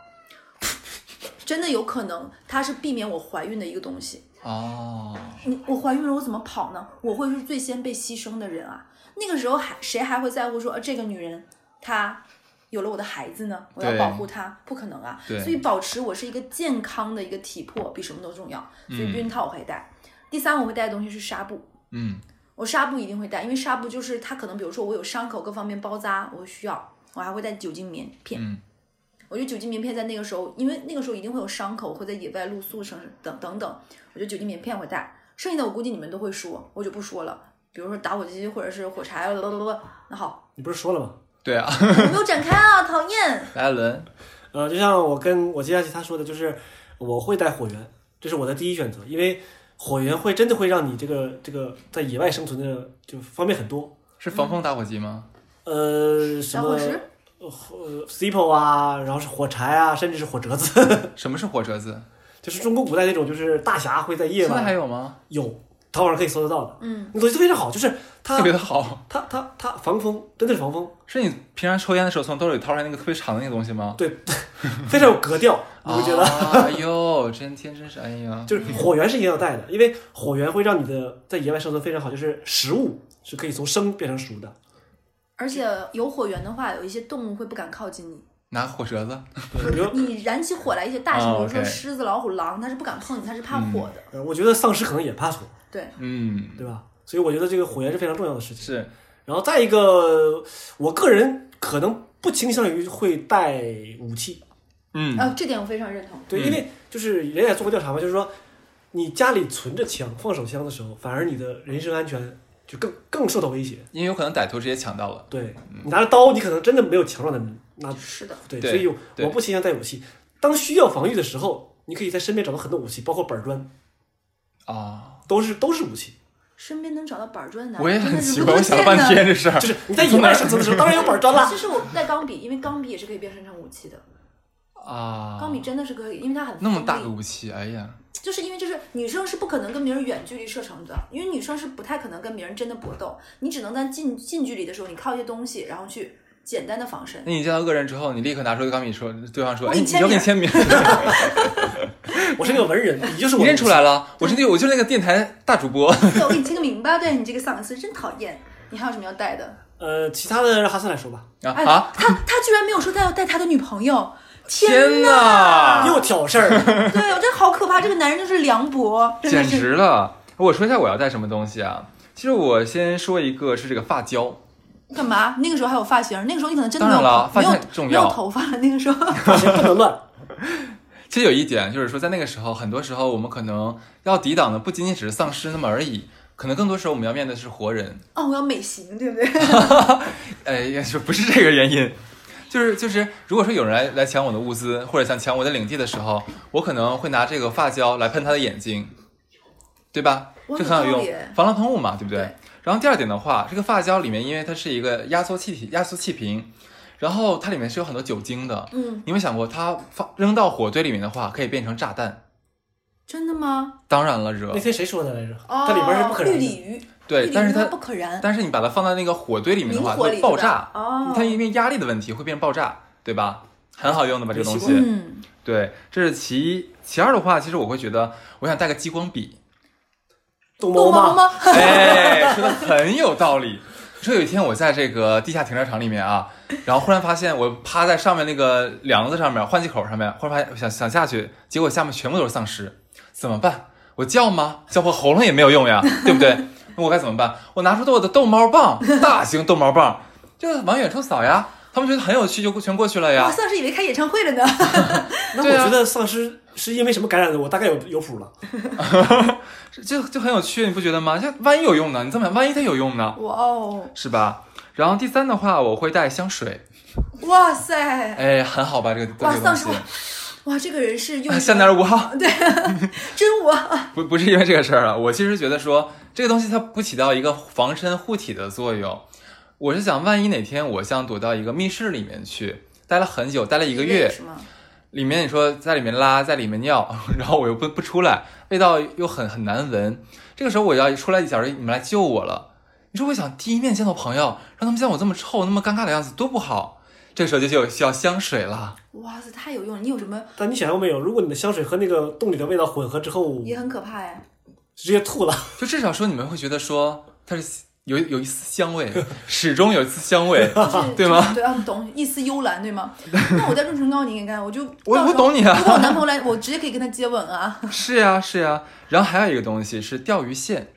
A: 真的有可能它是避免我怀孕的一个东西。
B: 哦，
A: 你我怀孕了，我怎么跑呢？我会是最先被牺牲的人啊！那个时候还谁还会在乎说，呃，这个女人她有了我的孩子呢？我要
B: 对
A: 保护她，不可能啊！
B: 对
A: 所以保持我是一个健康的一个体魄比什么都重要。所以
B: 嗯
A: 避孕套我会带。第三，我会带的东西是纱布。
B: 嗯，
A: 我纱布一定会带，因为纱布就是它可能，比如说我有伤口各方面包扎，我会需要，我还会带酒精棉片。
B: 嗯
A: 我觉得酒精棉片在那个时候，因为那个时候一定会有伤口，会在野外露宿上等等等，我觉得酒精棉片会带。剩下的我估计你们都会说，我就不说了。比如说打火机或者是火柴，啦啦啦啦那好，
C: 你不是说了吗？
B: 对啊，
A: 我没有展开啊，讨厌。
B: 白艾伦，
C: 呃，就像我跟我接下去他说的，就是我会带火源，这是我的第一选择，因为火源会真的会让你这个这个在野外生存的就方便很多。
B: 是防风打火机吗？
C: 呃，什
A: 打
C: 么
A: 火石，
C: 呃 c i p o 啊，然后是火柴啊，甚至是火折子，
B: 什么是火折子？
C: 就是中国古代那种，就是大侠会在夜
B: 现在还
C: 晚
B: 有吗？
C: 有，淘宝上可以搜得到的。
A: 嗯，
C: 那东西非常好，就是它
B: 特别的好，
C: 它它它防风，真的是防风，
B: 是你平常抽烟的时候从兜里掏出来那个特别长的那个东西吗？
C: 非常有格调，你不觉得？
B: 啊哎呦，真天真是哎呀，
C: 就是火源是一定要带的，因为火源会让你的在野外生存非常好，就是食物是可以从生变成熟的。
A: 而且有火源的话，有一些动物会不敢靠近你。
B: 拿火折子，
C: 对比如，
A: 你燃起火来，一些大型，
B: 啊
A: 比如说
B: OK
A: 狮子、老虎、狼，它是不敢碰你，它是怕火的。
C: 呃我觉得丧尸可能也怕火，
A: 对，
B: 嗯，
C: 对吧？所以我觉得这个火源是非常重要的事情。
B: 是
C: 然后再一个，我个人可能不倾向于会带武器，
B: 嗯
A: 呃，这点我非常认同。
C: 对，
B: 嗯
C: 因为就是人家也做过调查嘛，就是说你家里存着枪、放手枪的时候，反而你的人身安全就更更受到威胁。
B: 因为有可能歹徒直接抢到了。
C: 对你拿着刀，你可能真的没有强壮的
B: 啊
C: 那
A: 是的，
C: 对，
B: 对
C: 所以我
B: 对
C: 我不倾向带武器。当需要防御的时候，你可以在身边找到很多武器，包括板砖，
B: 啊、
C: 都是都是武器。
A: 身边能找到板砖的男
B: 我也
A: 人，
B: 很
A: 真的
B: 奇
A: 是沦
B: 怪，我
A: 为
B: 想了半
A: 贱的
B: 天这事儿
C: 就。是你在野外生存的时候，当然有板砖了。
A: 其实我带钢笔，因为钢笔也是可以变身成武器的。
B: 啊，
A: 钢笔真的是可以，因为它很
B: 那么大
A: 锋
B: 个
A: 利
B: 武器，哎呀，
A: 就是因为就是女生是不可能跟别人远距离射程的，因为女生是不太可能跟别人真的搏斗，你只能在近近距离的时候，你靠一些东西，然后去简单的防 身。
B: 那你见到恶人之后，你立刻拿出一个钢笔说，对方说，
A: 我
B: 哎，
A: 给
B: 你
A: 你签
B: 要给你签名，
C: 我是个文人，你就是我
B: 你
C: 的
B: 认出来了，我是那个我就是那个电台大主播，
A: 对，哎我给你签个名吧。对你这个丧尸真讨厌。哎你还有什么要带的？
C: 呃，其他的让哈森来说吧，
B: 啊
A: 哎，
B: 啊，
A: 他他居然没有说他要带他的女朋友。
B: 天啊
A: 哪！
C: 又挑事儿。
A: 对我真好可怕，这个男人就是梁博，真的
B: 简
A: 是
B: 直了！我说一下我要带什么东西啊？其实我先说一个是这个发胶，
A: 干嘛？那个时候还有发型，那个时候你可能真的没
B: 当
A: 有
B: 然了
A: 头没
B: 发
A: 有
B: 型重
A: 没有
B: 要
A: 头发 了。那个时候，
C: 发型不 能乱，
B: 其实有一点就是说，在那个时候，很多时候我们可能要抵挡的不仅仅只是丧尸那么而已，可能更多时候我们要面对的是活人。
A: 哦，我要美型，对不对？
B: 哎，也是不是这个原因？就是就是，如果说有人来来抢我的物资，或者想抢我的领地的时候，我可能会拿这个发胶来喷他的眼睛，对吧？
A: 哇
B: 这很好
A: 有道
B: 用
A: 理，
B: 防狼喷雾嘛，对不对？
A: 对
B: 然后第二点的话，这个发胶里面因为它是一个压缩气体、压缩气瓶，然后它里面是有很多酒精的。
A: 嗯，
B: 你有没有想过，它放扔到火堆里面的话，可以变成炸弹？
A: 真的吗？
B: 当然了，惹
C: 那天谁说的来着？
A: 哦，
C: 它里边是不可
A: 绿
C: 燃
A: 鲤
C: 的。
A: 鱼，绿
B: 对，
A: 鲤
B: 但是
A: 鱼它
B: 它
A: 不可燃，
B: 但是你把它放在那个火堆里面的
A: 明
B: 话，它
A: 火里
B: 会
A: 是
B: 爆
A: 吧
B: 炸。
A: 哦，
B: 它因为压力的问题会变爆炸，对吧？很好用的吧，这个东
C: 有
B: 西。
A: 嗯，
B: 对，这是其一。其二的话，其实我会觉得，我想带个激光笔。
C: 懂
A: 逗猫
C: 吗？
A: 吗？
B: 哎，说的很有道理。你说有一天我在这个地下停车场里面啊，然后忽然发现我趴在上面那个梁子上面换气口上面，忽然发现想想下去，结果下面全部都是丧尸，怎么办？我叫吗？叫破喉咙也没有用呀，对不对？那我该怎么办？我拿出我的逗猫棒，大型逗猫棒，就往远处扫呀。他们觉得很有趣，就全过去了呀
A: 我。丧尸以为开演唱会了呢。
C: 那
B: 对
C: 我
B: 啊
C: 觉得丧尸是因为什么感染的，我大概有有谱了。
B: 就就很有趣，你不觉得吗？就万一有用呢？你这么想，万一它有用呢？
A: 哇哦，
B: 是吧？然后第三的话，我会带香水，
A: 哇塞，
B: 哎，很好吧？这个
A: 哇
B: 这个
A: 丧
B: 东
A: 尸
B: 西，
A: 哇，这个人是 用
B: 香奈儿五号，
A: 真我
B: 不不是因为这个事儿了。我其实觉得说这个东西它不起到一个防身护体的作用。我是想，万一哪天我想躲到一个密室里面去，待了很久， 待了一个月，
A: 是吗？
B: 里面你说在里面拉，在里面尿， 然后我又不不出来，味道又很很难闻。这个时候我要出来，假如你们来救我了，你说我想第一面见到朋友，让他们见我这么臭、那么尴尬的样子，多不好。这个时候就就需要香水了，
A: 哇塞，太有用了！你有什么
C: 但你想象没有，如果你的香水和那个洞里的味道混合之后，
A: 也很可怕哎。
C: 直接吐了。
B: 就至少说你们会觉得说它是有有一丝香 味，始终有一丝香味。
A: 就是
B: 对吗？
A: 对啊，懂一丝幽兰，对吗？ 那我在润唇膏，你应该，我就
B: 我
A: 到时候
B: 我懂你啊
A: 如果我男朋友来，我直接可以跟他接吻啊！
B: 是呀、是呀、然后还有一个东西是钓鱼线，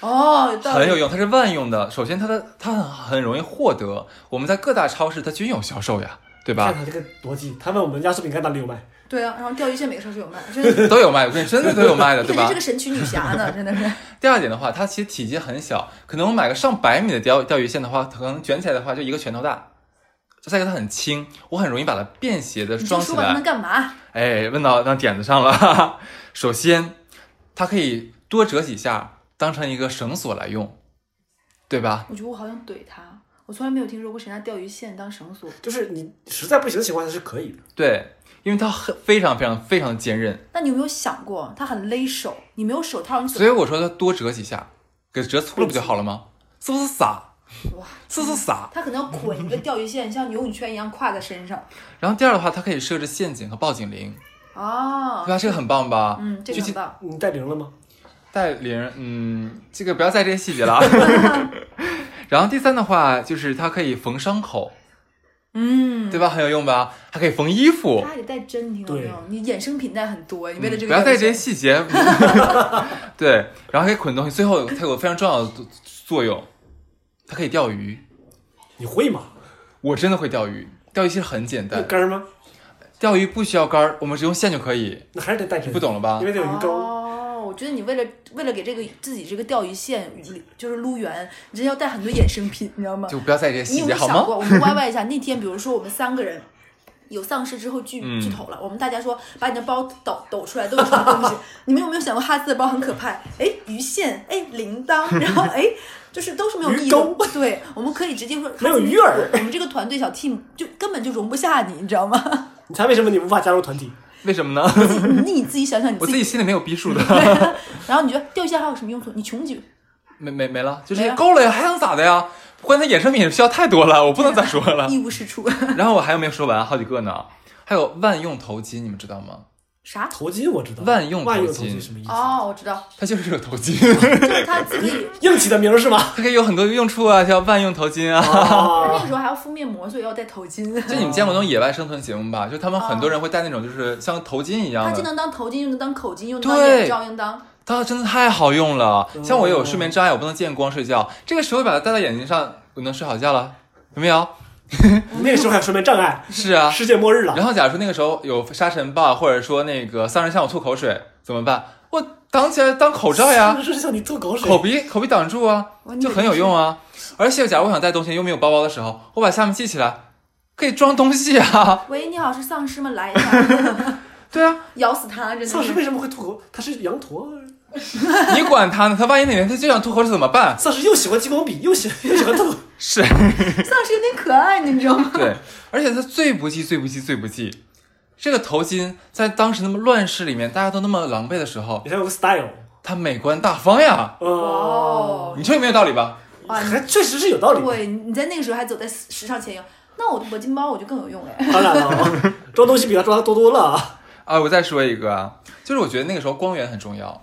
A: 哦，有道理
B: 很有用，它是万用的。首先它的它很很容易获得，我们在各大超市它均有销售呀，对吧
C: 看？他这个逻辑，他问我们压缩饼干哪里有卖？
A: 对啊。然后钓鱼线每个超市有卖，真 的，
B: 都有卖，我跟你真的都有卖的，
A: 你
B: 对
A: 肯定
B: 吧
A: 是个？神奇女侠呢，真的是。
B: 第二点的话，它其实体积很小，可能我买个上百米的钓钓鱼线的话，可能卷起来的话就一个拳头大。再一个它很轻，我很容易把它便携的
A: 你
B: 装
A: 就
B: 起
A: 说吧，他
B: 来
A: 能。干嘛？
B: 哎，问到那点子上了。 哈哈。首先，它可以多折几下，当成一个绳索来用，对吧？
A: 我觉得我好想怼他，我从来没有听说过谁拿钓鱼线当绳索。
C: 就是你实在不行的情况下是可以的。
B: 对，因为它很非常非常非常坚韧，
A: 那你有没有想过，它很勒手，你没有手套，你怎
B: 所
A: 么
B: 以我说它多折几下，给折粗了不就好了吗？是不是傻？
A: 哇？
B: 是不是傻？
A: 他可能要捆一个钓鱼线，像游泳圈一样挎在身上
B: 然后第二的话，它可以设置陷阱和报警铃，
A: 啊
B: 对。吧？这个很棒吧？
A: 嗯，这个
B: 具
A: 很
B: 体
A: 棒。
C: 你带零了吗？
B: 带铃，嗯，这个不要在这些细节 了啊。然后第三的话，就是它可以缝伤口，
A: 嗯，
B: 对吧？很有用吧？还可以缝衣服
A: 他，还得带针，你听到没有？你衍生品带很多，你为了这
B: 不
A: 个
B: 要在
A: 嗯带
B: 这些细节。 对，然后还可以捆东西。最后，它有非常重要的作作用，它可以钓鱼。
C: 你会吗？
B: 我真的会钓鱼，钓鱼其实很简
C: 有
B: 单，
C: 杆儿吗？
B: 钓鱼不需要杆儿，我们只用线就可以。
C: 那还是得带针。
B: 不懂了吧
C: 因为得有鱼钩。
A: 哦，我觉得你为了为了给这个自己这个钓鱼线就是撸圆，你真要带很多衍生品，你知道吗？
B: 就不要在这些
A: 你
B: 细
A: 有
B: 节
A: 没有
B: 好
A: 想
B: 吗？
A: 过，我们 YY 一下，那天比如说我们三个人。有丧尸之后剧
B: 嗯
A: 剧透了，我们大家说把你的包抖抖出来都有什么东西？你们有没有想过哈斯的包很可怕？哎，鱼线，哎，铃铛，然后哎，就是都是没有意义
C: 鱼
A: 的。对，我们可以直接说
C: 没有
A: 哈斯
C: 鱼饵
A: 我们这个团队小 team 就根本就容不下你，你知道吗？
C: 你猜为什么你无法加入团体？
B: 为什么呢？
A: 你你自己想想你
B: 我
A: 自
B: 自
A: 己
B: 己心里没有逼数的。
A: 然后你觉得钓鱼线还有什么用处？你穷举，
B: 没没没了，就这
A: 没
B: 些
A: 了
B: 够了呀，还想咋的呀？关键衍生品需要太多了，我不能再说了。
A: 一无是处。
B: 然后我还有没有说完，好几个呢。还有万用头巾，你们知道吗？
A: 啥？
C: 头巾我知道。
B: 万用头巾
C: 万用头巾什么意思？
A: 哦，我知 道，
B: 它就是个头巾，
A: 就是它可以。
C: 硬起的名儿是吗？
B: 它可以有很多用处啊，叫万用头巾啊。
A: 那
C: 啊，
A: 个时候还要敷面膜，所以要戴头巾。
B: 就你们见过那种野外生存节目吧？就他们很多人会戴那种，就是像头巾一
A: 它
B: 样
A: 既
B: 的，
A: 能当头巾，又能当口巾，又能当
B: 对
A: 眼罩，又能当……
B: 它真的太好用了。
C: 哦
B: 像我有睡眠障碍，我不能见光睡觉，这个时候把它戴在眼睛上，我能睡好觉了，有没有？
C: 你 那个时候还有睡眠障碍，
B: 是啊，
C: 世界末日 了。
B: 然后假如说那个时候有沙尘暴，或者说那个丧尸向我吐口水，怎么办？我挡起来当口罩呀，
C: 是向你吐口水。
B: 口鼻口鼻挡住啊
A: 哇，你
B: 就很有用啊。而且假如我想带东西又没有包包的时候，我把下面系起来，可以装东西啊。
A: 喂，你好，是丧尸吗？来一下，
B: 对啊，
A: 咬死它！真的是。
C: 丧尸为什么会吐口？他是羊驼。
B: 你管他呢，他万一哪天他就想吐口水怎么办？
C: 丧尸又喜欢激光笔，又喜又喜欢吐。
B: 是
A: 丧尸有点可爱，你知道 吗？
B: 对，而且他最不济最不济最不济，这个头巾在当时那么乱世里面，大家都那么狼狈的时候，
C: 你还有个 style。
B: 它美观大方呀。
C: 哇
A: 哇哦，
B: 你说有没有道理吧？
A: 哇，你
C: 还确实是有道理。
A: 哦对，你在那个时候还走在时时尚前沿，那我的铂金包我就更有用哎。
C: 当然 了，装东西比他装的多多了啊。
B: 啊，我再说一个啊，就是我觉得那个时候光源很重要，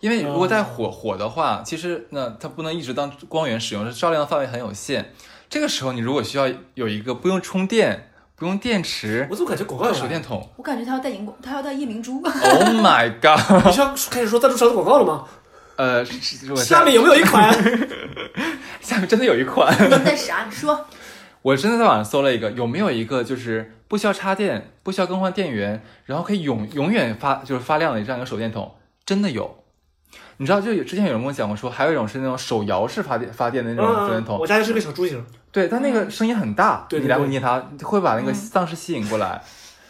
B: 因为
C: 嗯
B: 如果带火火的话，其实那它不能一直当光源使用，照亮的范围很有限。这个时候你如果需要有一个不用充电、不用电池
C: 我怎么感觉广告
B: 的
C: 有啊
B: 手
C: 来？
B: 电筒
A: 我感觉他要带荧光，他要带夜明珠。
B: ，Oh my god！
C: 你是要开始说赞助商的广告了吗？
B: 呃，是是我
C: 下面有没有一款？
B: 下面真的有一款，
A: 你能带啥？你说。
B: 我真的在网上搜了一个，有没有一个就是不需要插电、不需要更换电源，然后可以永永远发就是发亮的这样一个手电筒？真的有。你知道，就有之前有人跟我讲过说，还有一种是那种手摇式发电发电的那种手电筒，
C: 嗯我家就是个小猪型，
B: 对，但那个声音很大，
C: 对对
B: 你来
C: 对
B: 回捏它，会把那个
A: 嗯
B: 丧尸吸引过来。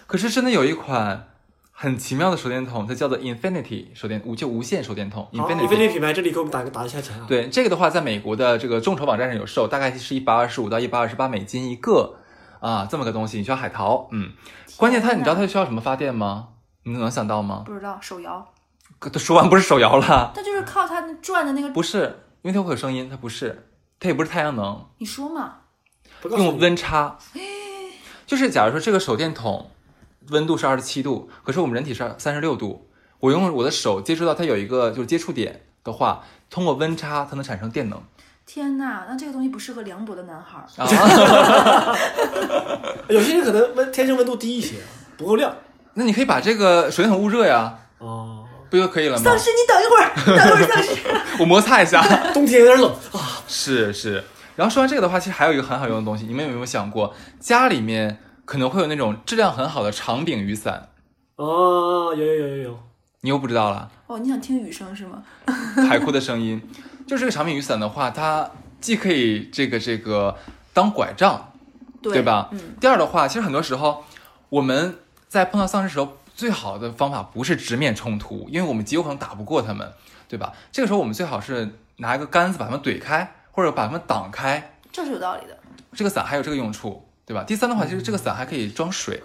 B: 可是真的有一款很奇妙的手电筒，它叫做 Infinity 手电无就无线手电筒
C: 好，
B: Infinity。
C: 你飞那品牌，这里给我们打个打一下钱啊。
B: 对这个的话，在美国的这个众筹网站上有售，大概是一百二十五到一百二十八美金一个啊，这么个东西，你需要海淘。嗯，关键它你知道它需要什么发电吗？你能想到吗？
A: 不知道手摇，
B: 都说完不是手摇了，
A: 它就是靠它那转的那个，
B: 不是，因为它会有声音，它不是，它也不是太阳能，
A: 你说嘛？
C: 不告诉
B: 用
C: 你，
B: 温差，就是假如说这个手电筒温度是二十七度，可是我们人体是三十六度，我用我的手接触到它有一个就是接触点的话，通过温差它能产生电能
A: 天哪，那这个东西不适合凉薄的男孩儿。
B: 啊。
C: 有些人可能温天生温度低一些，不够亮。
B: 那你可以把这个手电筒捂热呀，
C: 哦，
B: 不就可以了吗
A: 丧？尸，你等一会儿，等一会儿，丧尸。
B: 我摩擦一下。
C: 冬天有点冷啊。
B: 是是。然后说完这个的话，其实还有一个很好用的东西，你们有没有想过，家里面可能会有那种质量很好的长柄雨伞，
C: 哦，有有有有有，
B: 你又不知道了。
A: 哦，你想听雨声是吗？
B: 海哭的声音。 就是这个长柄雨伞的话，它既可以这个这个当拐杖，
A: 对
B: 对吧
A: 嗯，
B: 第二的话，其实很多时候我们在碰到丧尸时候，最好的方法不是直面冲突，因为我们极有可能打不过他们，对吧？这个时候我们最好是拿一个杆子把他们怼开，或者把他们挡开。
A: 这是有道理的。
B: 这个伞还有这个用处，对吧？第三的话，其实这个伞还可以装水，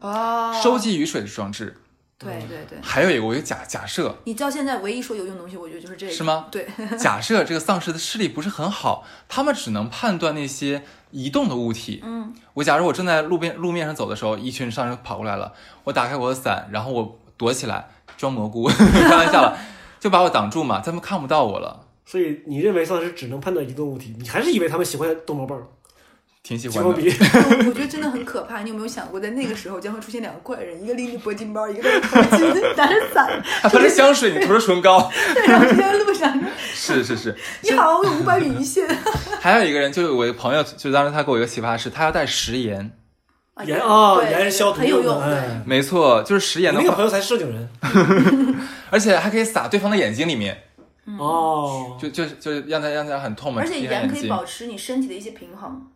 A: 哦，
B: 收。集雨水的装置。
A: 对对对，
B: 还有一个，我有假假设，
A: 你知道现在唯一说有用的东西，我觉得就是这个。
B: 是吗？
A: 对，
B: 假设这个丧尸的视力不是很好，他们只能判断那些移动的物体。
A: 嗯，
B: 我假如我正在路边路面上走的时候，一群丧尸跑过来了，我打开我的伞，然后我躲起来装蘑菇， 开玩笑了，就把我挡住嘛，他们看不到我了。
C: 所以你认为丧尸只能判断移动物体，你还是以为他们喜欢逗猫棒、
B: 挺喜
C: 金
B: 欢
C: 毛
B: 的，
C: 笔？
A: 我我觉得真的很可怕。你有没有想过，在那个时候将会出现两个怪人，一个拎着铂金包， 一个拎着头巾，拿着伞，
B: 还喷着啊香水，你涂着唇膏，
A: 然后就在路上，
B: 是是是。
A: 你好，我有五百米一线。
B: 还有一个人，就是我一个朋友，就当时他给我一个启发是，他要带食盐。
A: 啊
C: 盐啊
A: 对
C: 盐是消毒
A: 很有
C: 用
A: 用。
C: 的哎
A: 对，
B: 没错，就是食
C: 你
B: 盐的
C: 那个
B: 话，
C: 朋友才是正经人
B: 而且还可以撒对方的眼睛里面，
A: 嗯
C: 哦。
B: 就就是就是让他让他很痛嘛，
A: 而且
B: 滴嗯他眼
A: 盐可以
B: 睛
A: 保持你身体的一些平衡。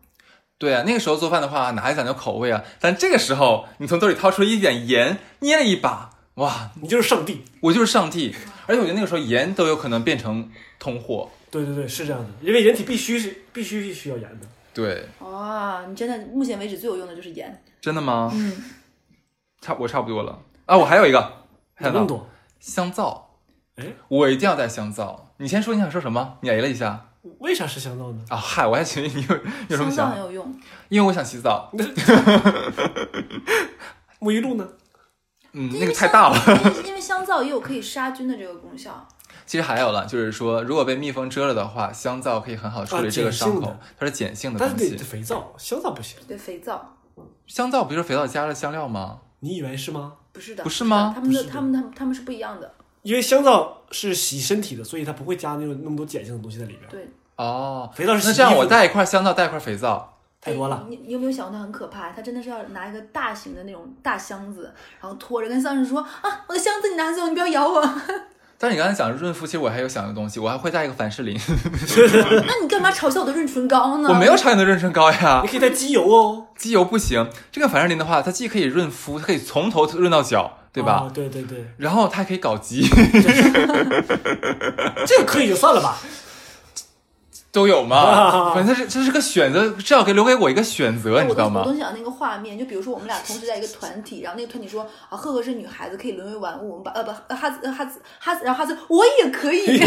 B: 对啊，那个时候做饭的话，哪还讲究口味啊？但这个时候，你从兜里掏出一点盐，捏了一把，哇，
C: 你就是上帝。
B: 我就是上帝！而且我觉得那个时候盐都有可能变成通货。
C: 对对对，是这样的，因为人体必须是必须需要盐的。
B: 对，
A: 哇，你真的目前为止最有用的就是盐。
B: 真的吗？
A: 嗯，
B: 差我差不多了啊，我还有一个，
C: 有
B: 看
C: 那么
B: 到
C: 多，
B: 香皂
C: 哎，
B: 我一定要带香皂。你先说你想说什么？你哎了一下
C: 为啥是香皂呢？
B: 啊，嗨，我还以为你有你有什
A: 香
B: 么
A: 皂
B: 想
A: 很，有用。
B: 因为我想洗澡。
C: 沐浴露呢？
B: 嗯，那个太大了。
A: 因为香，因为香皂也有可以杀菌的这个功效。
B: 其实还有了，就是说，如果被蜜蜂蛰了的话，香皂可以很好地处理这个伤口，
C: 啊碱性
B: 它是碱性的
C: 但是
B: 东
C: 得
B: 西
C: 得。肥皂，香皂不行。
A: 对，肥皂
B: 香皂不就是肥皂加了香料吗？
C: 你以为是吗？
A: 不是的，
B: 不是吗
A: 他们的
C: 不是的
A: 他们他们他们是不一样的。
C: 因为香皂是洗身体的，所以它不会加那种那么多碱性的东西在里边。
A: 对，
B: 哦，
C: 肥皂是洗
B: 那
C: 衣服
B: 这样我带一块香皂，带一块肥皂，
C: 太多了
A: 哎。你你有没有想过它很可怕？它真的是要拿一个大型的那种大箱子，然后拖着跟丧尸说啊，我的箱子你拿走，你不要咬我。
B: 但是你刚才讲润肤，其实我还有想一个东西，我还会带一个凡士 林，
A: 那你干嘛嘲笑我的润唇膏呢？
B: 我没有搽你的润唇膏呀
C: 你，可以带机油哦，
B: 机油不行。这个凡士林的话，它既可以润肤，它可以从头润到脚，对吧？
C: 啊对对对，
B: 然后它还可以搞基，
C: 这个可以就算了吧。
B: 都有嘛。
C: 啊
B: 反正它是这是个选择，至少给留给我一个选择，你
A: 哎我
B: 知道
A: 都我
B: 吗？
A: 都想那个画面，就比如说我们俩同时在一个团体，然后那个团体说啊，赫赫是女孩子，可以沦为玩物，我们把呃不呃哈子呃哈子哈子，然后哈子我也可 以，我有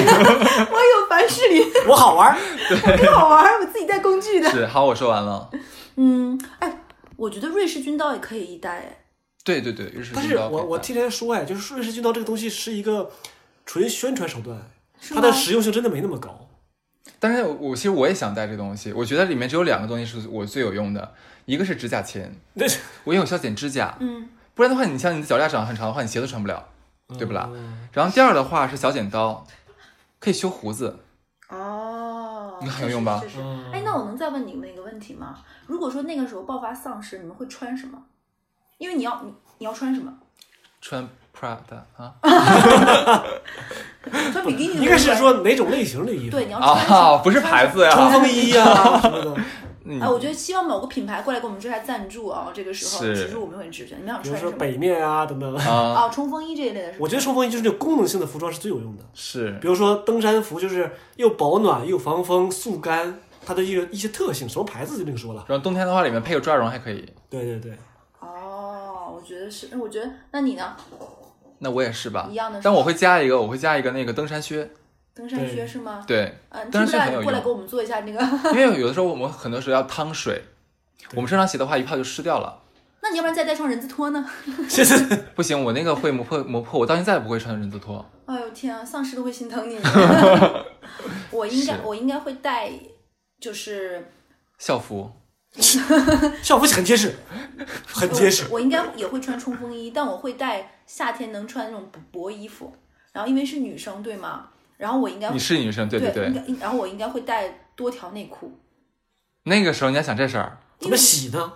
A: 凡士林，
C: 我好玩儿，
A: 我更好玩儿，我自己带工具的。
B: 是，好，我说完了。
A: 嗯，哎，我觉得瑞士军刀也可以一带，哎，
B: 对对对，日式
C: 但
B: 冰
C: 是
B: 刀可以
C: 我我
B: 带
C: 听人家说哎，就是瑞士军刀这个东西是一个纯宣传手段，
A: 是
C: 它
A: 吗？
C: 的实用性真的没那么高。
B: 但是我我其实我也想带这东西，我觉得里面只有两个东西是我最有用的，一个是指甲钳，
C: 那
B: 我用脚剪指甲，
A: 嗯，
B: 不然的话，你像你的脚架长得很长的话，你鞋都穿不了。对不啦？然后第二的话是小剪刀，可以修胡子，
A: 哦，哦，
B: 你很有用吧
A: 是是是
C: 嗯
A: 哎，那我能再问你们一个问题吗？如果说那个时候爆发丧尸，你们会穿什么？因为你要你你要穿什么？
B: 穿 Prada 啊
A: 穿比基尼的
C: 一个是
A: 人
C: 说哪种类型的衣服，
A: 对你要穿什么
B: 啊，不是牌子
C: 冲
B: 呀，
C: 锋衣呀什么的，
B: 嗯
A: 哎，我觉得希望某个品牌过来给我们这还赞助啊、这个时候
B: 是
A: 其实我们会支持。你们想
C: 比如
A: 穿什
C: 说
A: 么？
C: 北面啊等等。
B: 啊
A: 哦，冲锋衣这一类的是吧？
C: 我觉得冲锋衣就是这种功能性的服装是最有用的，
B: 是
C: 比如说登山服就是又保暖又防风速干，它的一个一些特性，什么牌子就另说了。
B: 然后冬天的话，里面配个抓绒还可以。
C: 对对对，
A: 哦，我觉得是，我觉得那你呢？
B: 那我也是吧
A: 一，样的是吧，
B: 但我会加一个，我会加一个那个登山靴。
A: 登山
C: 对
A: 靴是吗？
B: 对，
A: 嗯，
B: 登山
A: 听不到
B: 靴很有
A: 你过来
B: 用
A: 给我们做一下那个。
B: 因为有的时候我们很多时候要趟水，我们身上鞋的话一泡就湿掉了。
A: 那你要不然再带双人字拖呢？
C: 谢谢。
B: 不行，我那个会磨破磨破，我到现在不会穿人字拖。
A: 哎呦天啊，丧尸都会心 疼你。 我应该
B: 是
A: 我应该会带，就是
B: 校服
C: 校服很结实，很结实。
A: 我我应该也会穿冲锋衣，但我会带夏天能穿那种薄薄衣服。然后因为是女生对吗？然后我应该
B: 你是女生，对对
A: 应
B: 对。
A: 该应然后我应该会带多条内裤，
B: 那个时候你要想这事儿，
C: 怎么洗呢？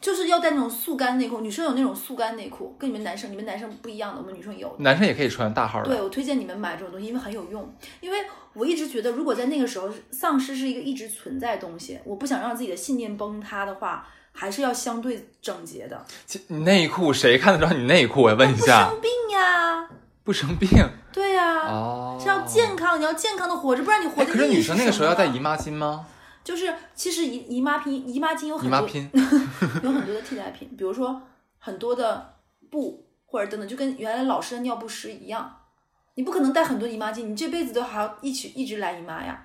A: 就是要带那种速干内裤。女生有那种速干内裤，跟你们男生你们男生不一样的，我们女生有的。
B: 男生也可以穿大号
A: 对，
B: 的。
A: 我推荐你们买这种东西，因为很有用。因为我一直觉得，如果在那个时候，丧尸是一个一直存在的东西，我不想让自己的信念崩塌的话，还是要相对整洁的。
B: 其你内裤谁看得着你内裤？我问一
A: 不
B: 下，
A: 生病呀，
B: 不生病
A: 对呀、
B: 哦。
A: 是要健康，你要健康的活着，不然你活
B: 哎。
A: 着。
B: 可是女生那个时候要带姨，妈巾吗？
A: 就是其实姨姨妈巾，姨妈巾有
B: 姨
A: 很
B: 妈
A: 多
B: 巾
A: 有很多的替代品，比如说很多的布或者等等，就跟原来老师的尿不湿一样，你不可能带很多姨妈巾，你这辈子都还要一起一直来姨妈呀。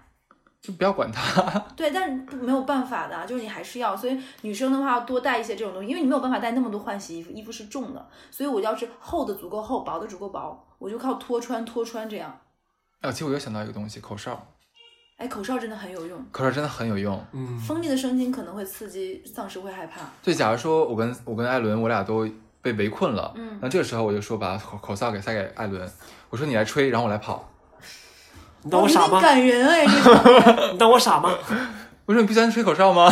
B: 就不要管它。
A: 对，但是不没有办法的啊，就是你还是要，所以女生的话要多带一些这种东西，因为你没有办法带那么多换洗衣服，衣服是重的，所以我要是厚的足够厚，薄的足够薄，我就靠拖穿拖穿这样。
B: 哦，其实我又想到一个东西，口哨，
A: 哎，口哨真的很有用，
B: 口哨真的很有用。
C: 嗯，
A: 锋利的声音可能会刺激丧尸会害怕。
B: 就假如说我跟我跟艾伦，我俩都被围困了，
A: 嗯
B: 那这个时候我就说把口口哨给塞给艾伦，我说你来吹，然后我来跑。
C: 你当我
A: 你
C: 傻
A: 很
C: 吗？
A: 哦感人哎， 这个
C: 你当我傻吗？
B: 我说你不喜欢吹口哨吗？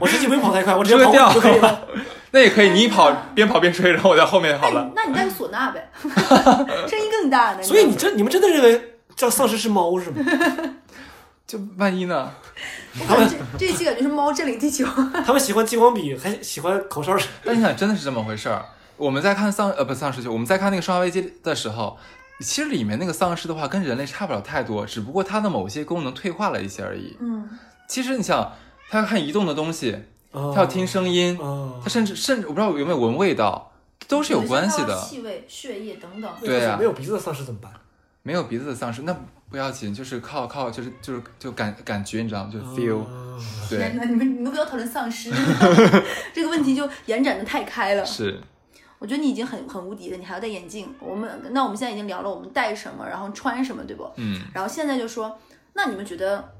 C: 我实际没跑太快，我 只
B: 吹
C: 是跑
B: 掉
C: 就可以了。
B: 那也可以，你一跑边跑边吹，然后我在后面就好
A: 那
B: 了。
A: 哎你那你带个唢呐 呗，声音更大呢。
C: 所以你真你们真的认为叫丧尸是猫是吗？
B: 就万一呢？
A: 我感觉这这一期感觉是猫占领地球。
C: 他们喜欢激光笔，还喜欢口哨，
B: 但你想，真的是这么回事儿。我们在看丧呃不丧尸剧，我们在看那个《生化危机》的时候，其实里面那个丧尸的话跟人类差不了太多，只不过它的某些功能退化了一些而已。
A: 嗯，
B: 其实你想，它要看移动的东西，它
C: 他
B: 要听声音，
C: 啊
B: 它，甚至甚至我不知道有没有闻味道，都是有
A: 些
B: 关系
A: 它
B: 的。
A: 气味、血液等等。
C: 那
B: 对
C: 就是
B: 啊
C: 没有鼻子的丧尸怎么办？
B: 没有鼻子的丧尸那不要紧，就是靠靠就是就是就感感觉你知道吗？就是 feel、
C: 啊
B: 对
A: 天哪，你们你们不要讨论丧 尸，这个问题就延展的太开了。
B: 是
A: 我觉得你已经很很无敌了，你还要戴眼镜。我们那我们现在已经聊了我们戴什么，然后穿什么，对不？
B: 嗯
A: 然后现在就说，那你们觉得，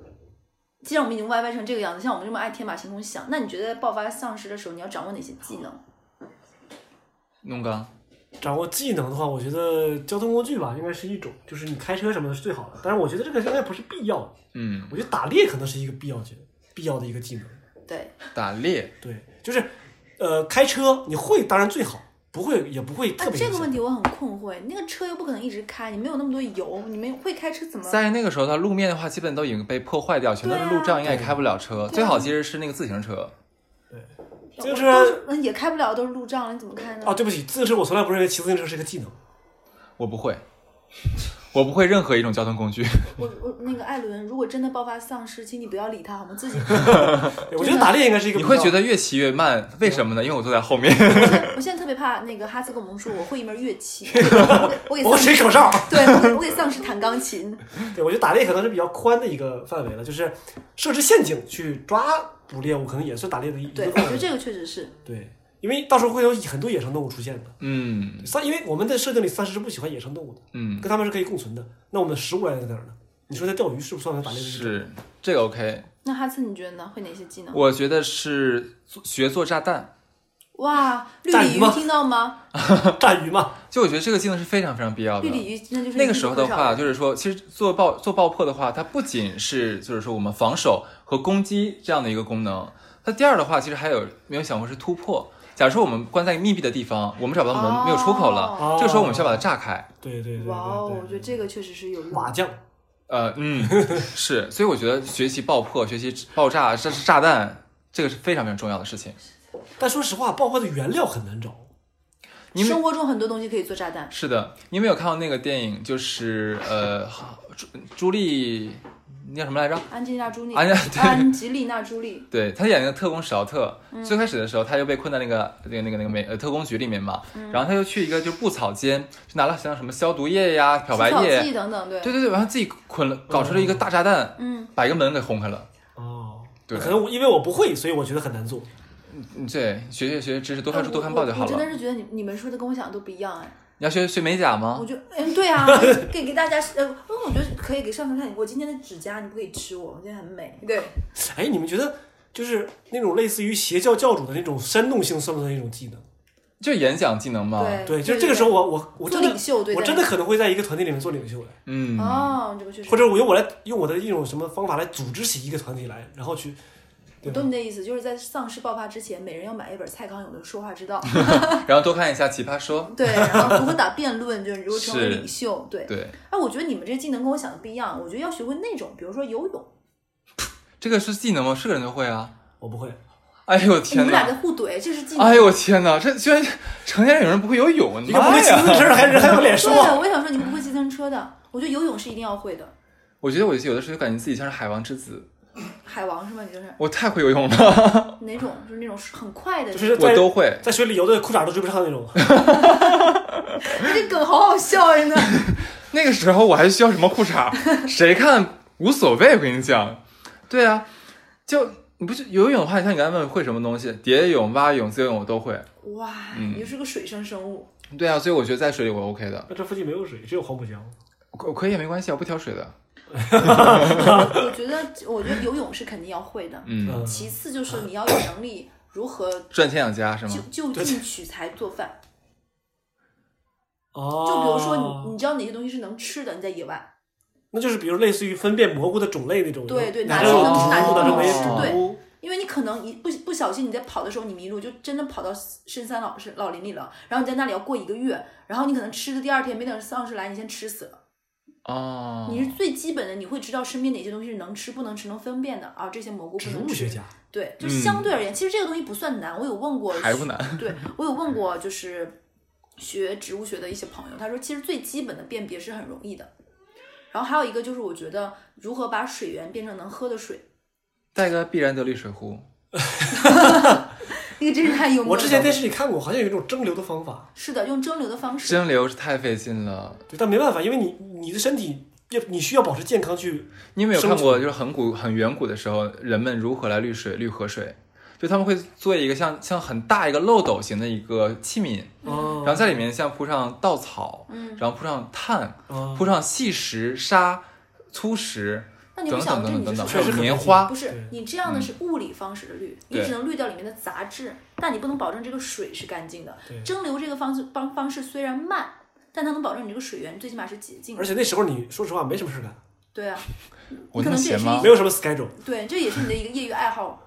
A: 既然我们已经歪歪成这个样子，像我们这么爱天马行空想，那你觉得在爆发丧尸的时候，你要掌握哪些技能？
B: 弄刚
C: 掌握技能的话，我觉得交通工具吧，应该是一种，就是你开车什么的是最好的。但是我觉得这个应该不是必要的，
B: 嗯
C: 我觉得打猎可能是一个必要技必要的一个技能。
A: 对，
B: 打猎
C: 对，就是，呃，开车你会当然最好，不会也不会
A: 哎
C: 特，别、
A: 这个问题我很困惑。你那个车又不可能一直开，你没有那么多油，你们会开车怎么？
B: 在那个时候，它路面的话基本都已经被破坏掉，全都是路障，应该也开不了车。最好其实是那个自行车，
A: 我
C: 就是
A: 都是嗯也开不了，都是路障了，你怎么开呢？
C: 啊，对不起，自行车我从来不认为骑自行车是个技能。
B: 我不会， 我不会任何一种交通工具。
A: 我我那个艾伦，如果真的爆发丧尸，请你不要理他好吗？自己。
C: 对我觉得打猎应该是一个
B: 你会觉
C: 得
B: 得越骑越慢，为什么呢？因为我坐在后面。
A: 我现在我现在特别怕那个哈斯跟我们说我会一门乐 器，我给我给
C: 我
A: 丧
C: 吹
A: 尸
C: 口哨。
A: 对我给我给丧尸弹钢 琴，
C: 对，我觉得打猎可能是比较宽的一个范围了，就是设置陷阱去抓捕猎物，可能也是打猎的一一
A: 对
C: 个
A: 我
C: 范
A: 觉得
C: 围。
A: 这个确实是
C: 对，因为到时候会有很多野生动物出现的。
B: 嗯
C: 丧，因为我们的设定里丧尸是不喜欢野生动物的，
B: 嗯，
C: 跟他们是可以共存的。那我们的食物来源在哪儿呢？你说在钓鱼是不是算是打猎的一种？
B: 是这个 OK。
A: 那哈茨你觉得呢？会哪些技能？
B: 我觉得是做学做炸弹，
A: 哇，绿
C: 战
A: 鲤
C: 鱼
A: 鱼
C: 吗
A: 听到吗？
C: 战鱼嘛，
B: 就我觉得这个技能是非常非常必要的
A: 绿。鲤鱼那就是
B: 那个时候的话，
A: 必
B: 就是说，其实做爆做爆破的话，它不仅是就是说我们防守和攻击这样的一个功能，它第二的话，其实还有没有想过是突破。假如说我们关在密闭的地方，我们找不到门，
A: 哦
B: 没有出口了，
C: 哦
B: 这个时候我们需要把它炸开。
C: 对对对对
A: 不可少
C: 对，
A: 哇哦，我觉得这个确实是有用的
C: 瓦匠，
B: 呃， 嗯，是，所以我觉得学习爆破、学习爆炸，这是炸弹，这个是非常非常重要的事情。
C: 但说实话，爆破的原料很难找。
B: 你们
A: 生活中很多东西可以做炸弹，
B: 是的，你有没有看过那个电影？就是呃，朱朱莉，那叫什么来着？
A: 安吉丽娜朱莉，
B: 安吉对
A: 安吉丽娜朱莉，
B: 对他演那个特工史奥特，
A: 嗯
B: 最开始的时候他就被困在那个那个那个那个美呃特工局里面嘛，
A: 嗯
B: 然后他就去一个就是布草间，就拿了像什么消毒液呀、漂白
A: 除草剂
B: 液，
A: 等等，对，
B: 对对对，然后自己捆了，搞出了一个大炸弹，
A: 嗯，
B: 把一个门给轰开了。
C: 哦，
B: 对
C: 可能我因为我不会，所以我觉得很难做。
B: 嗯对，学学学知识，多看书
A: 哎
B: 多看报就好
A: 我我真
B: 了。
A: 的是觉得你你们说的跟我想的都不一样哎。
B: 你要学学美甲吗
A: 我？就嗯，对 啊，可以给大家呃，因为我觉得可以给上头看我今天的指甲，你不可以吃我，我今天很美。对，
C: 哎，你们觉得就是那种类似于邪教教主的那种煽动性，算不算一种技能？
B: 就演讲技能嘛。
A: 对
C: 对，就是这个时候我我我
A: 做
C: 真
A: 领
C: 的
A: 袖，对，
C: 我
A: 在
C: 真的可能会在一个团体里面做领袖，哎，
B: 嗯，
A: 哦，这个确实
C: 或。者我用我来用我的一种什么方法来组织起一个团体来，然后去，
A: 我
C: 对吧
A: 懂你的意思，就是在丧尸爆发之前，每人要买一本蔡康永的《说话之 道》，
B: 然后多看一下《奇葩说
A: 对，然后如何打辩论，就是如何成为
B: 是
A: 领袖，对》。。
B: 对，
A: 哎，我觉得你们这技能跟我想的不一样，我觉得要学会那种，比如说游泳，
B: 这个是技能吗？是个人就会啊。
C: 我不会，
B: 哎呦
A: 你
B: 天
A: 们俩
B: 哪！
A: 在互怼，这是技能。
B: 哎呦天哪！这居然成年人有人不会游泳，
C: 一个不会
B: 妈
C: 骑
B: 呀！
C: 自行车的还人还有脸说
A: 对，啊
C: 我，
A: 我也想说你们不会骑自行车的，我觉得游泳是一定要会的。
B: 我觉得我有的时候就感觉自己像是海王之子，
A: 海王是吗？你就是
B: 我太会游泳了，
A: 哪种？就是那种很快的，
C: 就是
B: 我
C: 在
B: 都会。
C: 在水里游的裤衩都追不上那种。
A: 哎这梗好好笑 呀！
B: 那个时候我还需要什么裤衩？谁看无所谓，我跟你讲。对啊，就你不是游泳的话，像你刚才问会什么东西，蝶泳、蛙泳、自由泳我都会。
A: 哇，
B: 嗯
A: 你就是个水生生物，
B: 对啊，所以我觉得在水里我 OK 的，
C: 那这附近没有水，只有黄浦江。
B: 我我可以也没关系啊，我不挑水的。
A: 我觉得，我觉得游泳是肯定要会的。
B: 嗯，
C: 嗯，
A: 其次就是你要有能力如何
B: 赚钱养家是吗
A: 就？
C: 嗯
A: 就近取材做饭，
C: 哦，
A: 就比如说你，你知道哪些东西是能吃的，你在野外，
C: 那就是比如类似于分辨蘑菇的种类那种，
A: 对对
C: 哪
A: 哪
C: 个
A: 些
C: 有
A: 能吃
C: 毒
A: 哪些
C: 哪个
A: 不
C: 没
A: 能吃对
C: 毒，
A: 因为你可能一不不小心你在跑的时候你迷路，就真的跑到深山老是老林里了，然后你在那里要过一个月，然后你可能吃的第二天没等丧尸来，你先吃死了。
B: 哦，
A: 你是最基本的，你会知道身边哪些东西是能吃、不能吃、能分辨的啊，这些蘑菇不
C: 植
A: 能
C: 物学
A: 吃。
C: 家。嗯
A: 对，就相对而言，其实这个东西不算难。我有问过，
B: 还不难。
A: 对我有问过，就是学植物学的一些朋友，他说其实最基本的辨别是很容易的。然后还有一个就是，我觉得如何把水源变成能喝的水，
B: 带个必然得利水壶，
A: 那个真是太幽默了。
C: 我之前电视里看过，好像有一种蒸馏的方法，
A: 是的，用蒸馏的方式，
B: 蒸馏是太费劲了。
C: 对，但没办法，因为你你的身体要你需要保持健康去，
B: 你有没有看
C: 生
B: 过，
C: 存
B: 就是很古很远古的时候，人们如何来滤水、滤河水？就他们会做一个像像很大一个漏斗型的一个器皿，
C: 哦
B: 然后在里面像铺上稻草，
A: 嗯，
B: 然后铺上炭，
C: 哦
B: 铺上细石、沙、粗石，
A: 那你
B: 等
A: 不
B: 等
A: 想
B: 等
A: 这
B: 等
A: 你
B: 等
A: 是
B: 等，
A: 水
B: 还有
C: 确实很
B: 棉
C: 费劲
B: 花
A: 不。是
C: 对
A: 你这样的是物理方式的滤，你
B: 对
A: 只能滤掉里面的杂质，但你不能保证这个水是干净的。
C: 对
A: 蒸馏这个方式方方式虽然慢，但它能保证你这个水源最起码是洁净的
C: 而。且那时候你说实话没什么事干，
A: 对啊，
B: 我
A: 可
B: 那么
A: 能这也
B: 闲
A: 是
B: 吗
A: 一
C: 没？有什么 schedule，
A: 对，这也是你的一个业余爱好。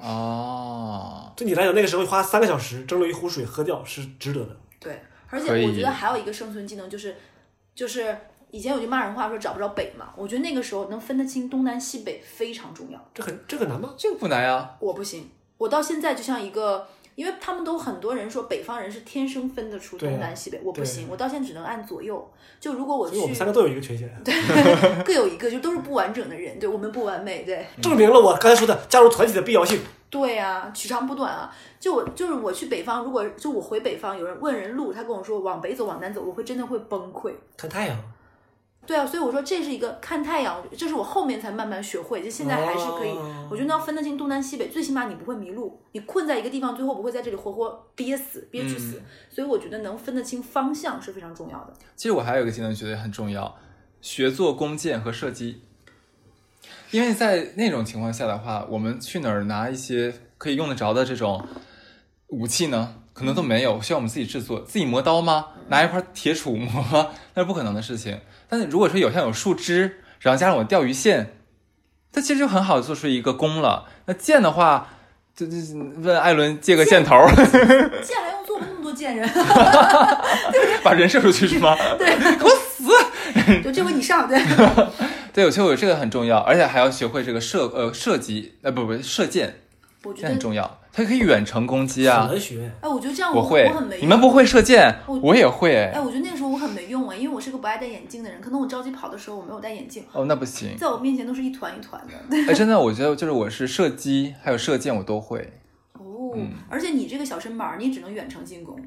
B: 哦，
C: 对你来讲那个时候花三个小时蒸馏一壶水喝掉是值得的。
A: 对，而且
B: 可以
A: 我觉得还有一个生存技能就是，就是以前有句骂人话说找不着北嘛，我觉得那个时候能分得清东南西北非常重要。
C: 这很这很难吗？
B: 这个不难呀。
A: 我不行，我到现在就像一个，因为他们都很多人说北方人是天生分得出
C: 对啊
A: 东南西北，我不
C: 对
A: 行，我到现在只能按左右。就如果我
C: 所以我们
A: 去
C: 三个都有一个缺陷，
A: 各有一个，就都是不完整的人，对我们不完美，对。
C: 证明了我刚才说的加入团体的必要性。
A: 对呀、取长补短啊！就我就是我去北方，如果就我回北方，有人问人路，他跟我说往北走，往南走，我会真的会崩溃。
C: 看太阳，
A: 对啊，所以我说这是一个看太阳，这是我后面才慢慢学会，就现在还是可以。
C: 哦
A: 我觉得要分得清东南西北，最起码你不会迷路，你困在一个地方，最后不会在这里活活憋死、憋屈
B: 嗯
A: 死。所以我觉得能分得清方向是非常重要的。
B: 其实我还有一个技能觉得很重要，学做弓箭和射击。因为在那种情况下的话，我们去哪儿拿一些可以用得着的这种武器呢？可能都没有，需要我们自己制作，自己磨刀吗？拿一块铁杵磨，那是不可能的事情。但是如果说有像有树枝，然后加上我钓鱼线，它其实就很好做出一个弓了。那箭的话，就就问艾伦借个箭头，
A: 剑还用做吗？那么多贱人，
B: 把人射出去是吗？
A: 对，
B: 给我死！
A: 就这回你上， 对，
B: 对，我觉得我这个很重要，而且还要学会这个射呃射击，呃不不射箭，
A: 我觉
B: 这很
A: 得，
B: 重要，它可以远程攻击啊。
C: 很学，
A: 哎，我觉得这样
B: 我
A: 我
B: 会
A: 我很没，
B: 你们不会射箭，
A: 我
B: 我也会
A: 哎，
B: 哎。
A: 我觉得那个时候我很没用哎，因为我是个不爱戴眼镜的人，可能我着急跑的时候我没有戴眼镜，
B: 哦，那不行。
A: 在我面前都是一团一团的。 对
B: 哎，真的，我觉得就是我是射击还有射箭我都会。
A: 哦，而且你这个小身板儿，你只能远程进攻，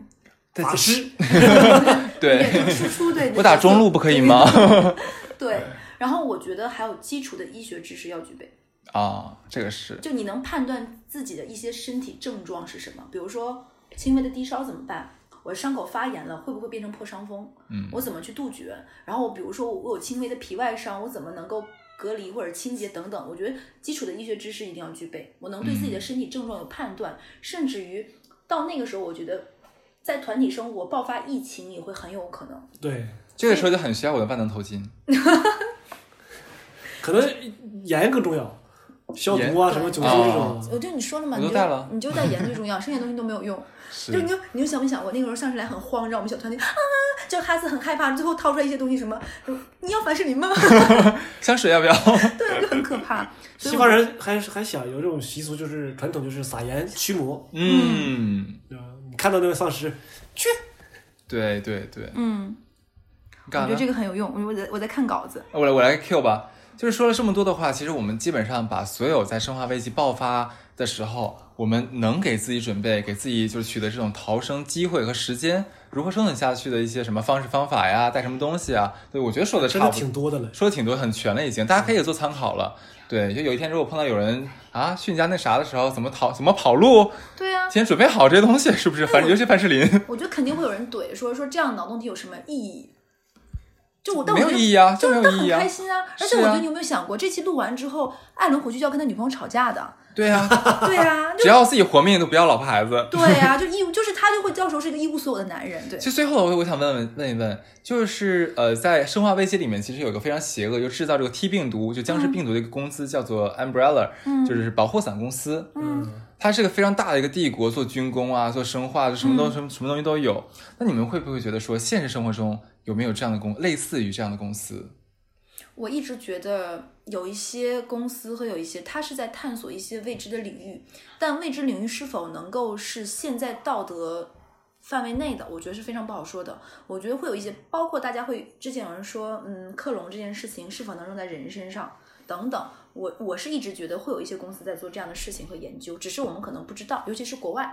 B: 对
C: 法师
A: 远
B: 对，
A: 程输出对。
B: 我打中路不可以吗？
A: 对，然后我觉得还有基础的医学知识要具备，
B: 啊，这个是
A: 就你能判断自己的一些身体症状是什么，比如说轻微的低烧怎么办？我伤口发炎了，会不会变成破伤风？
B: 嗯
A: 我怎么去杜绝？然后我比如说我有轻微的皮外伤，我怎么能够隔离或者清洁等等？我觉得基础的医学知识一定要具备，我能对自己的身体症状有判断，甚至于到那个时候，我觉得在团体生活爆发疫情也会很有可能。
C: 对，
B: 这个时候就很需要我的万能头巾。
C: 可能盐更重要，消毒啊
A: 盐
C: 什么酒精
B: 对
C: 这种，
A: 我哦就你说了嘛，
B: 哦
A: 你
B: 我都
A: 就
B: 带了
A: 你就带盐最重要，剩下东西都没有用。就是你就你就想没想过，那个时候上身来很慌，让我们小团队啊，就哈斯很害怕，最后掏出来一些东西，什么说你要凡士林吗？
B: 香水要不要？
A: 对，就很可怕。所以
C: 西
A: 我
C: 方人还还想有这种习俗，就是传统就是撒盐驱魔，
B: 嗯，
C: 对吧？你看到那个丧尸，
B: 对对对，
A: 嗯，
B: 你
A: 我
B: 干
A: 觉
B: 啥
A: 得这
B: 呢？
A: 个很有用。我我在我在看稿子，
B: 我来我来 Q 吧。就是说了这么多的话，其实我们基本上把所有在生化危机爆发的时候，我们能给自己准备、给自己就是取得这种逃生机会和时间，如何生存下去的一些什么方式方法呀，带什么东西啊，对我觉得说的
C: 真
B: 差
C: 的
B: 不多。
C: 挺多的了。
B: 说的挺多，很全了已经，大家可以做参考了。对，就有一天如果碰到有人啊去你家那啥的时候，怎么逃怎么跑路，
A: 对啊，
B: 先准备好这些东西，是不是？凡尤其凡士林，
A: 我觉得肯定会有人怼说说这样脑洞题有什么意义？就我但我
B: 没有
A: 觉得
B: 意义啊
A: 就是
B: 就没有
A: 他
B: 意
A: 很
B: 义啊
A: 开心啊！而
B: 是
A: 且我觉
B: 啊
A: 得你有没有想过，这期录完之后，艾伦回去就要跟他女朋友吵架的。
B: 对啊，
A: 对 啊，就
B: 只要自己活命都不要老婆孩子。
A: 对啊，就一无就是他就会到时候是一个一无所有的男人。对，
B: 其实最后我我想问问问一问，就是呃，在《生化危机》里面，其实有一个非常邪恶，就制造这个 T 病毒，就僵尸病毒的一个公司叫做 Umbrella，、就是保护伞公司。
C: 嗯，
B: 它是个非常大的一个帝国，做军工啊，做生化，什么都什么什么东西都有。那你们会不会觉得说，现实生活中有没有这样的公，类似于这样的公司？
A: 我一直觉得有一些公司和有一些，它是在探索一些未知的领域，但未知领域是否能够是现在道德范围内的，我觉得是非常不好说的。我觉得会有一些，包括大家会之前有人说，嗯，克隆这件事情是否能用在人身上等等。我我是一直觉得会有一些公司在做这样的事情和研究，只是我们可能不知道，尤其是国外。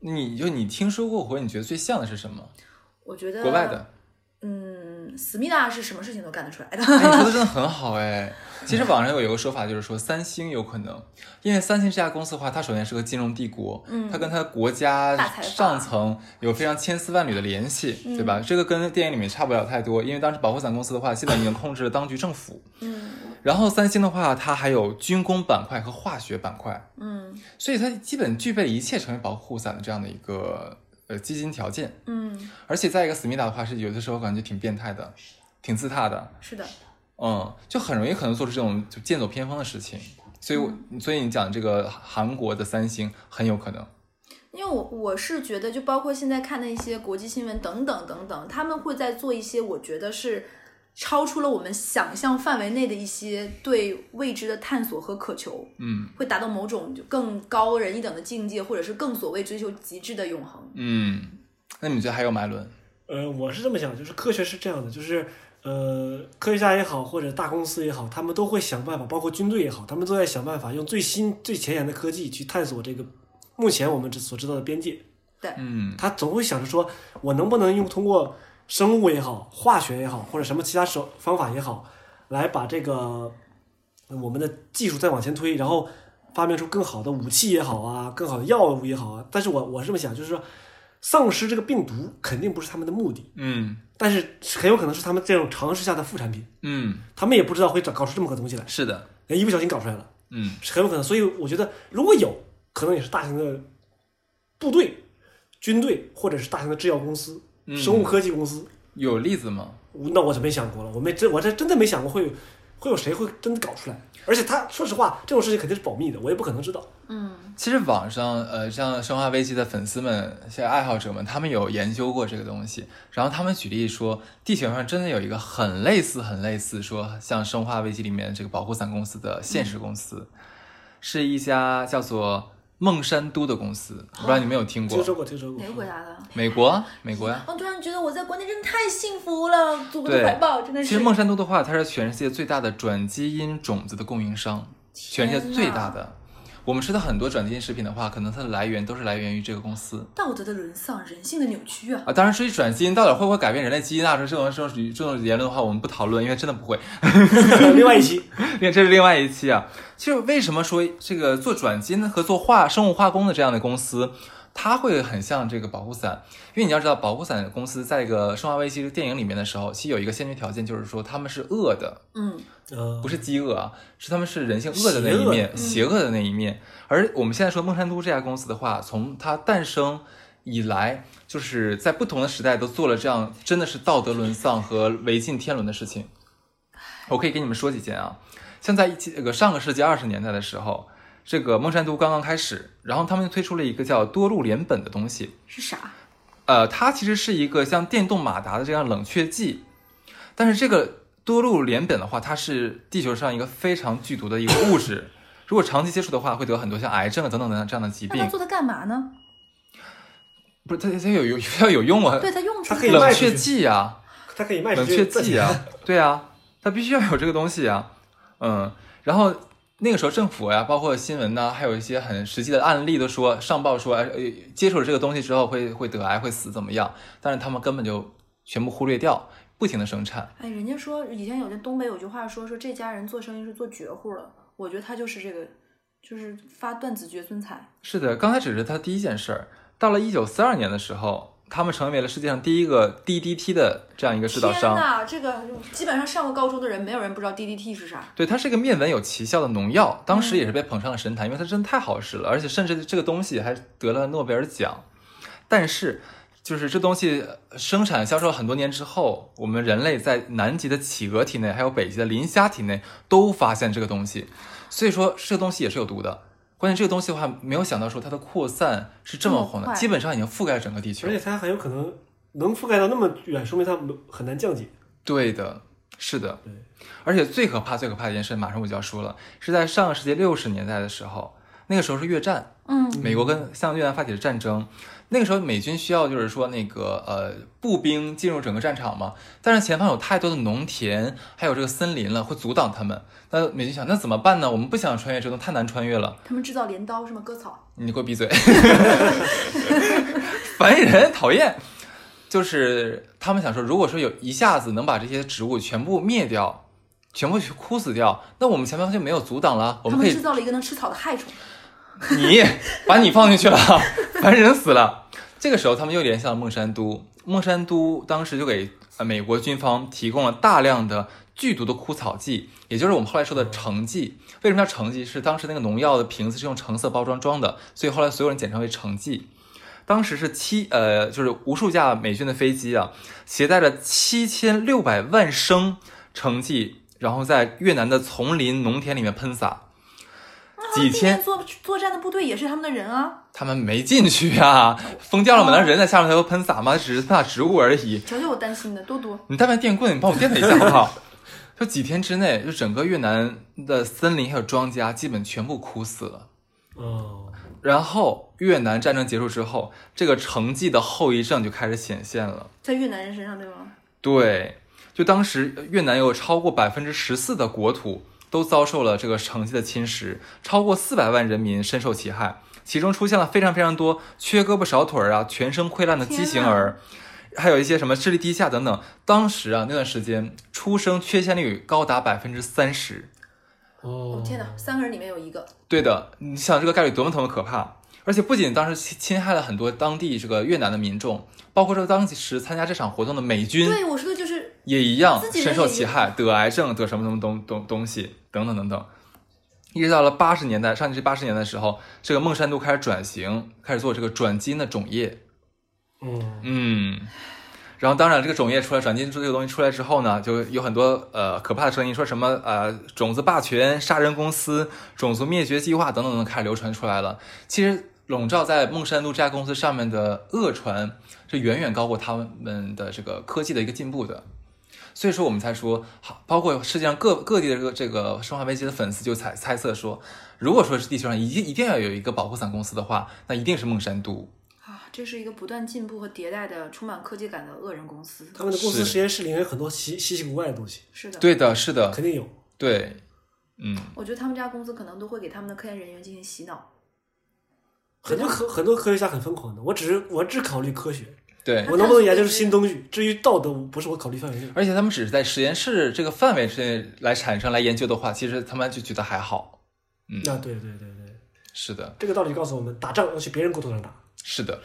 B: 你就你听说过或者你觉得最像的是什么？
A: 我觉得
B: 国外的，
A: 嗯，思密达是什么事情都干得出来的。
B: 哎，你说的真的很好哎。其实网上有一个说法，就是说三星有可能，因为三星这家公司的话，它首先是个金融帝国，
A: 嗯
B: 它跟它的国家
A: 大财阀
B: 上层有非常千丝万缕的联系，
A: 嗯
B: 对吧？这个跟电影里面差不了太多，因为当时保护伞公司的话，现在已经控制了当局政府，
A: 嗯
B: 然后三星的话，它还有军工板块和化学板块，
A: 嗯
B: 所以它基本具备一切成为保护伞的这样的一个呃基金条件。
A: 嗯，
B: 而且再一个，思密达的话是有的时候感觉挺变态的，挺自大的，
A: 是的。
B: 嗯，就很容易可能做出这种就剑走偏锋的事情。所以我，所以你讲这个韩国的三星很有可能，
A: 因为我我是觉得，就包括现在看的一些国际新闻等等等等，他们会在做一些我觉得是超出了我们想象范围内的一些对未知的探索和渴求，
B: 嗯
A: 会达到某种就更高人一等的境界，或者是更所谓追求极致的永恒。
B: 嗯。那你觉得还有马伦？
C: 呃，我是这么想，就是科学是这样的，就是呃，科学家也好，或者大公司也好，他们都会想办法，包括军队也好，他们都在想办法用最新最前沿的科技去探索这个目前我们只所知道的边界。
B: 嗯
C: 他总会想着说，我能不能用通过生物也好、化学也好，或者什么其他手方法也好，来把这个呃我们的技术再往前推，然后发明出更好的武器也好啊，更好的药物也好啊。但是我我是这么想，就是说，丧尸这个病毒肯定不是他们的目的，
B: 嗯
C: 但是很有可能是他们这种尝试下的副产品。
B: 嗯，
C: 他们也不知道会搞搞出这么个东西来，
B: 是的，
C: 人一不小心搞出来了，
B: 嗯
C: 是很有可能。所以我觉得，如果有可能也是大型的部队军队或者是大型的制药公
B: 嗯
C: 司、生物科技公司。
B: 有例子吗？
C: 我那我是没想过了，我没真我这真的没想过会有会有谁会真的搞出来。而且他说实话，这种事情肯定是保密的，我也不可能知道。
B: 其实网上，呃，像《生化危机》的粉丝们、像爱好者们，他们有研究过这个东西。然后他们举例说，地球上真的有一个很类似、很类似，说像《生化危机》里面这个保护伞公司的现实公司，是一家叫做孟山都的公司。我不知道你们有听过
C: 听？说过，听说过
A: 哪。个国家的？
B: 美国，美国呀。
A: 我哦突然觉得我在国内真的太幸福了，祖国的
B: 对
A: 怀抱，真的
B: 其
A: 是。
B: 实孟山都的话，它是全世界最大的转基因种子的供应商，全世界最大
A: 天
B: 的。我们吃的很多转基因食品的话，可能它的来源都是来源于这个公司。
A: 道德的沦丧，人性的扭曲啊！
B: 啊，当然，至于转基因到底会不会改变人类基因啊，这种这种这种言论的话，我们不讨论，因为真的不会。
C: 另外一期，
B: 因为这是另外一期啊。其实为什么说这个做转基因和做化生物化工的这样的公司，它会很像这个保护伞？因为你要知道，保护伞公司在这个《生化危机》电影里面的时候，其实有一个先决条件，就是说他们是恶的，
A: 嗯，
C: 嗯，
B: 不是饥饿啊，是他们是人性恶嗯的那一面，邪
A: 邪
B: 恶的那一面。而我们现在说孟山都这家公司的话，从它诞生以来，就是在不同的时代都做了这样真的是道德沦丧和违禁天伦的事情。我可以给你们说几件啊，像在一起这个上个世纪二十年代的时候，这个孟山都刚刚开始，然后他们就推出了一个叫多路联苯的东西，
A: 是啥？
B: 呃，它其实是一个像电动马达的这样冷却剂，但是这个多氯联苯的话，它是地球上一个非常剧毒的一个物质，如果长期接触的话，会得很多像癌症啊等等等等这样的疾
A: 那他
B: 病。
A: 做它干嘛呢？
B: 不是，它它有有要有用啊，
A: 对他用处
C: 它可以
A: 是
C: 卖
B: 冷
C: 出去
B: 却剂啊，
C: 他可以卖出
B: 冷
C: 去
B: 却剂啊，对啊，它必须要有这个东西啊，嗯，然后。那个时候，政府呀、包括新闻呐、还有一些很实际的案例，都说上报说，哎呃，接触了这个东西之后会会得癌、会死怎么样？但是他们根本就全部忽略掉，不停的生产。
A: 哎，人家说以前有句东北有句话说说这家人做生意是做绝户了，我觉得他就是这个，就是发断子绝孙财。
B: 是的，刚才只是它第一件事儿。到了一九四二年的时候，他们成为了世界上第一个 DDT 的这样一个制造
A: 天
B: 商。
A: 呐，这个基本上上过高中的人，没有人不知道 DDT 是啥。
B: 对，它是一个面粉有奇效的农药，当时也是被捧上了神坛，因为它真的太好使了，而且甚至这个东西还得了诺贝尔奖。但是，就是这东西呃生产销售很多年之后，我们人类在南极的企鹅体内，还有北极的磷虾体内都发现这个东西，所以说这个东西也是有毒的。关键这个东西的话，没有想到说它的扩散是这么
A: 这么
B: 红的，
A: 快
B: 基本上已经覆盖了整个地球
C: 而。且它很有可能能覆盖到那么远，说明它没很难降解。
B: 对的，是的
C: 对，
B: 而且最可怕、最可怕的一件事，马上我就要说了，是在上个世纪六十年代的时候，那个时候是越战，
A: 嗯，
B: 美国跟向越南发起的战争，那个时候美军需要就是说那个呃步兵进入整个战场嘛，但是前方有太多的农田还有这个森林了，会阻挡他们。那美军想，那怎么办呢？我们不想穿越这东西，太难穿越了。
A: 他们制造镰刀是吗？割草。
B: 你给我闭嘴， 烦人，讨厌。就是他们想说，如果说有一下子能把这些植物全部灭掉，全部去枯死掉，那我们前方就没有阻挡了，我
A: 他
B: 们可
A: 们
B: 以
A: 制造了一个能吃草的害虫。
B: 你把你放进去了，烦人死了。这个时候，他们又联想了孟山都，孟山都当时就给呃美国军方提供了大量的剧毒的枯草剂，也就是我们后来说的橙剂。为什么叫橙剂？是当时那个农药的瓶子是用橙色包装装的，所以后来所有人简称为橙剂。当时是七呃，就是无数架美军的飞机啊，携带着七千六百万升橙剂，然后在越南的丛林、农田里面喷洒。几天
A: 地面作作战的部队也是他们的人啊。
B: 他们没进去啊， 封掉了门，那人在下面才会喷洒吗？只是喷洒植物而已。
A: 瞧瞧我担心的多多。
B: 你带把电棍，你帮我电他一下好不好？ 就几天之内，就整个越南的森林还有庄稼基本全部枯死了。
C: 哦，
B: 然后越南战争结束之后，这个成绩的后遗症就开始显现了。
A: 在越南人身上，对吗？
B: 对，就当时呃越南有超过百分之十四的国土都遭受了这个成绩的侵蚀，超过四百万人民深受其害，其中出现了非常非常多缺胳膊少腿儿啊、全身溃烂的畸形儿。还有一些什么智力低下等等，当时啊那段时间出生缺陷率高达百分之三十，
A: 我、
C: 哦
A: 天哪，三个人里面有一个。
B: 对的，你想这个概率多么多么可怕！而且不仅当时侵侵害了很多当地这个越南的民众，包括说当时参加这场活动的美军，
A: 对，我说的就是
B: 也一样
A: 自己人
B: 深受
A: 也一
B: 其
A: 样
B: 害，得癌症，得什么什么东东东西等等等等。一直到了八十年代，上世纪八十年代的时候，这个孟山都开始转型，开始做这个转基因的种业。
C: 嗯，
B: 嗯，然后当然这个种业出来，转基因这个东西出来之后呢，就有很多呃可怕的声音，说什么呃种子霸权、杀人公司、种族灭绝计划等等等等开始流传出来了。其实笼罩在孟山都这家公司上面的恶传是远远高过他们的这个科技的一个进步的。所以说，我们才说，好，包括世界上各各地的这个这个《生化危机》的粉丝就猜猜测说，如果说是地球上一定一定要有一个保护伞公司的话，那一定是孟山都。
A: 啊，这是一个不断进步和迭代的、充满科技感的恶人公司。
C: 他们的公司
B: 是
C: 实验室里面有很多稀稀奇古怪的东西，
A: 是的，
B: 对的，是的，
C: 肯定有。
B: 对，嗯，
A: 我觉得他们这家公司可能都会给他们的科研人员进行洗脑。
C: 很多科很多科学家很疯狂的，我只是我只考虑科学，
B: 对。
C: 我能不能研究出新东西，至于道德不是我考虑范围内。
B: 而且他们只是在实验室这个范围之内来产生来研究的话，其实他们就觉得还好。嗯，
C: 那啊对对对对，
B: 是的，
C: 这个道理告诉我们，打仗要去别人国土上打。
B: 是的。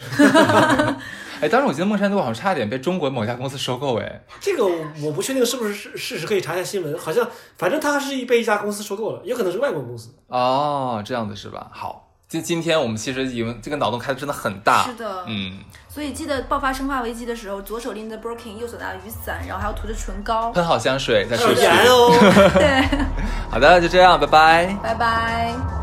B: 哎，当时我记得孟山都好像差点被中国某家公司收购，哎，
C: 这 个我我不确定是不是事事实，可以查一下新闻。好像反正它是被一家公司收购了，也可能是外国公司。
B: 哦，这样子是吧？好，今今天我们其实已经这个脑洞开的真的很大，
A: 是的，
B: 嗯，
A: 所以记得爆发生化危机的时候，左手拎着 Birkin，右手拿着雨伞，然后还要涂着唇膏。
B: 喷好香水再
C: 还
A: 啊
C: 有
B: 出去。
C: 盐哦。
A: 对，
B: 好的，就这样，拜拜。
A: 拜拜。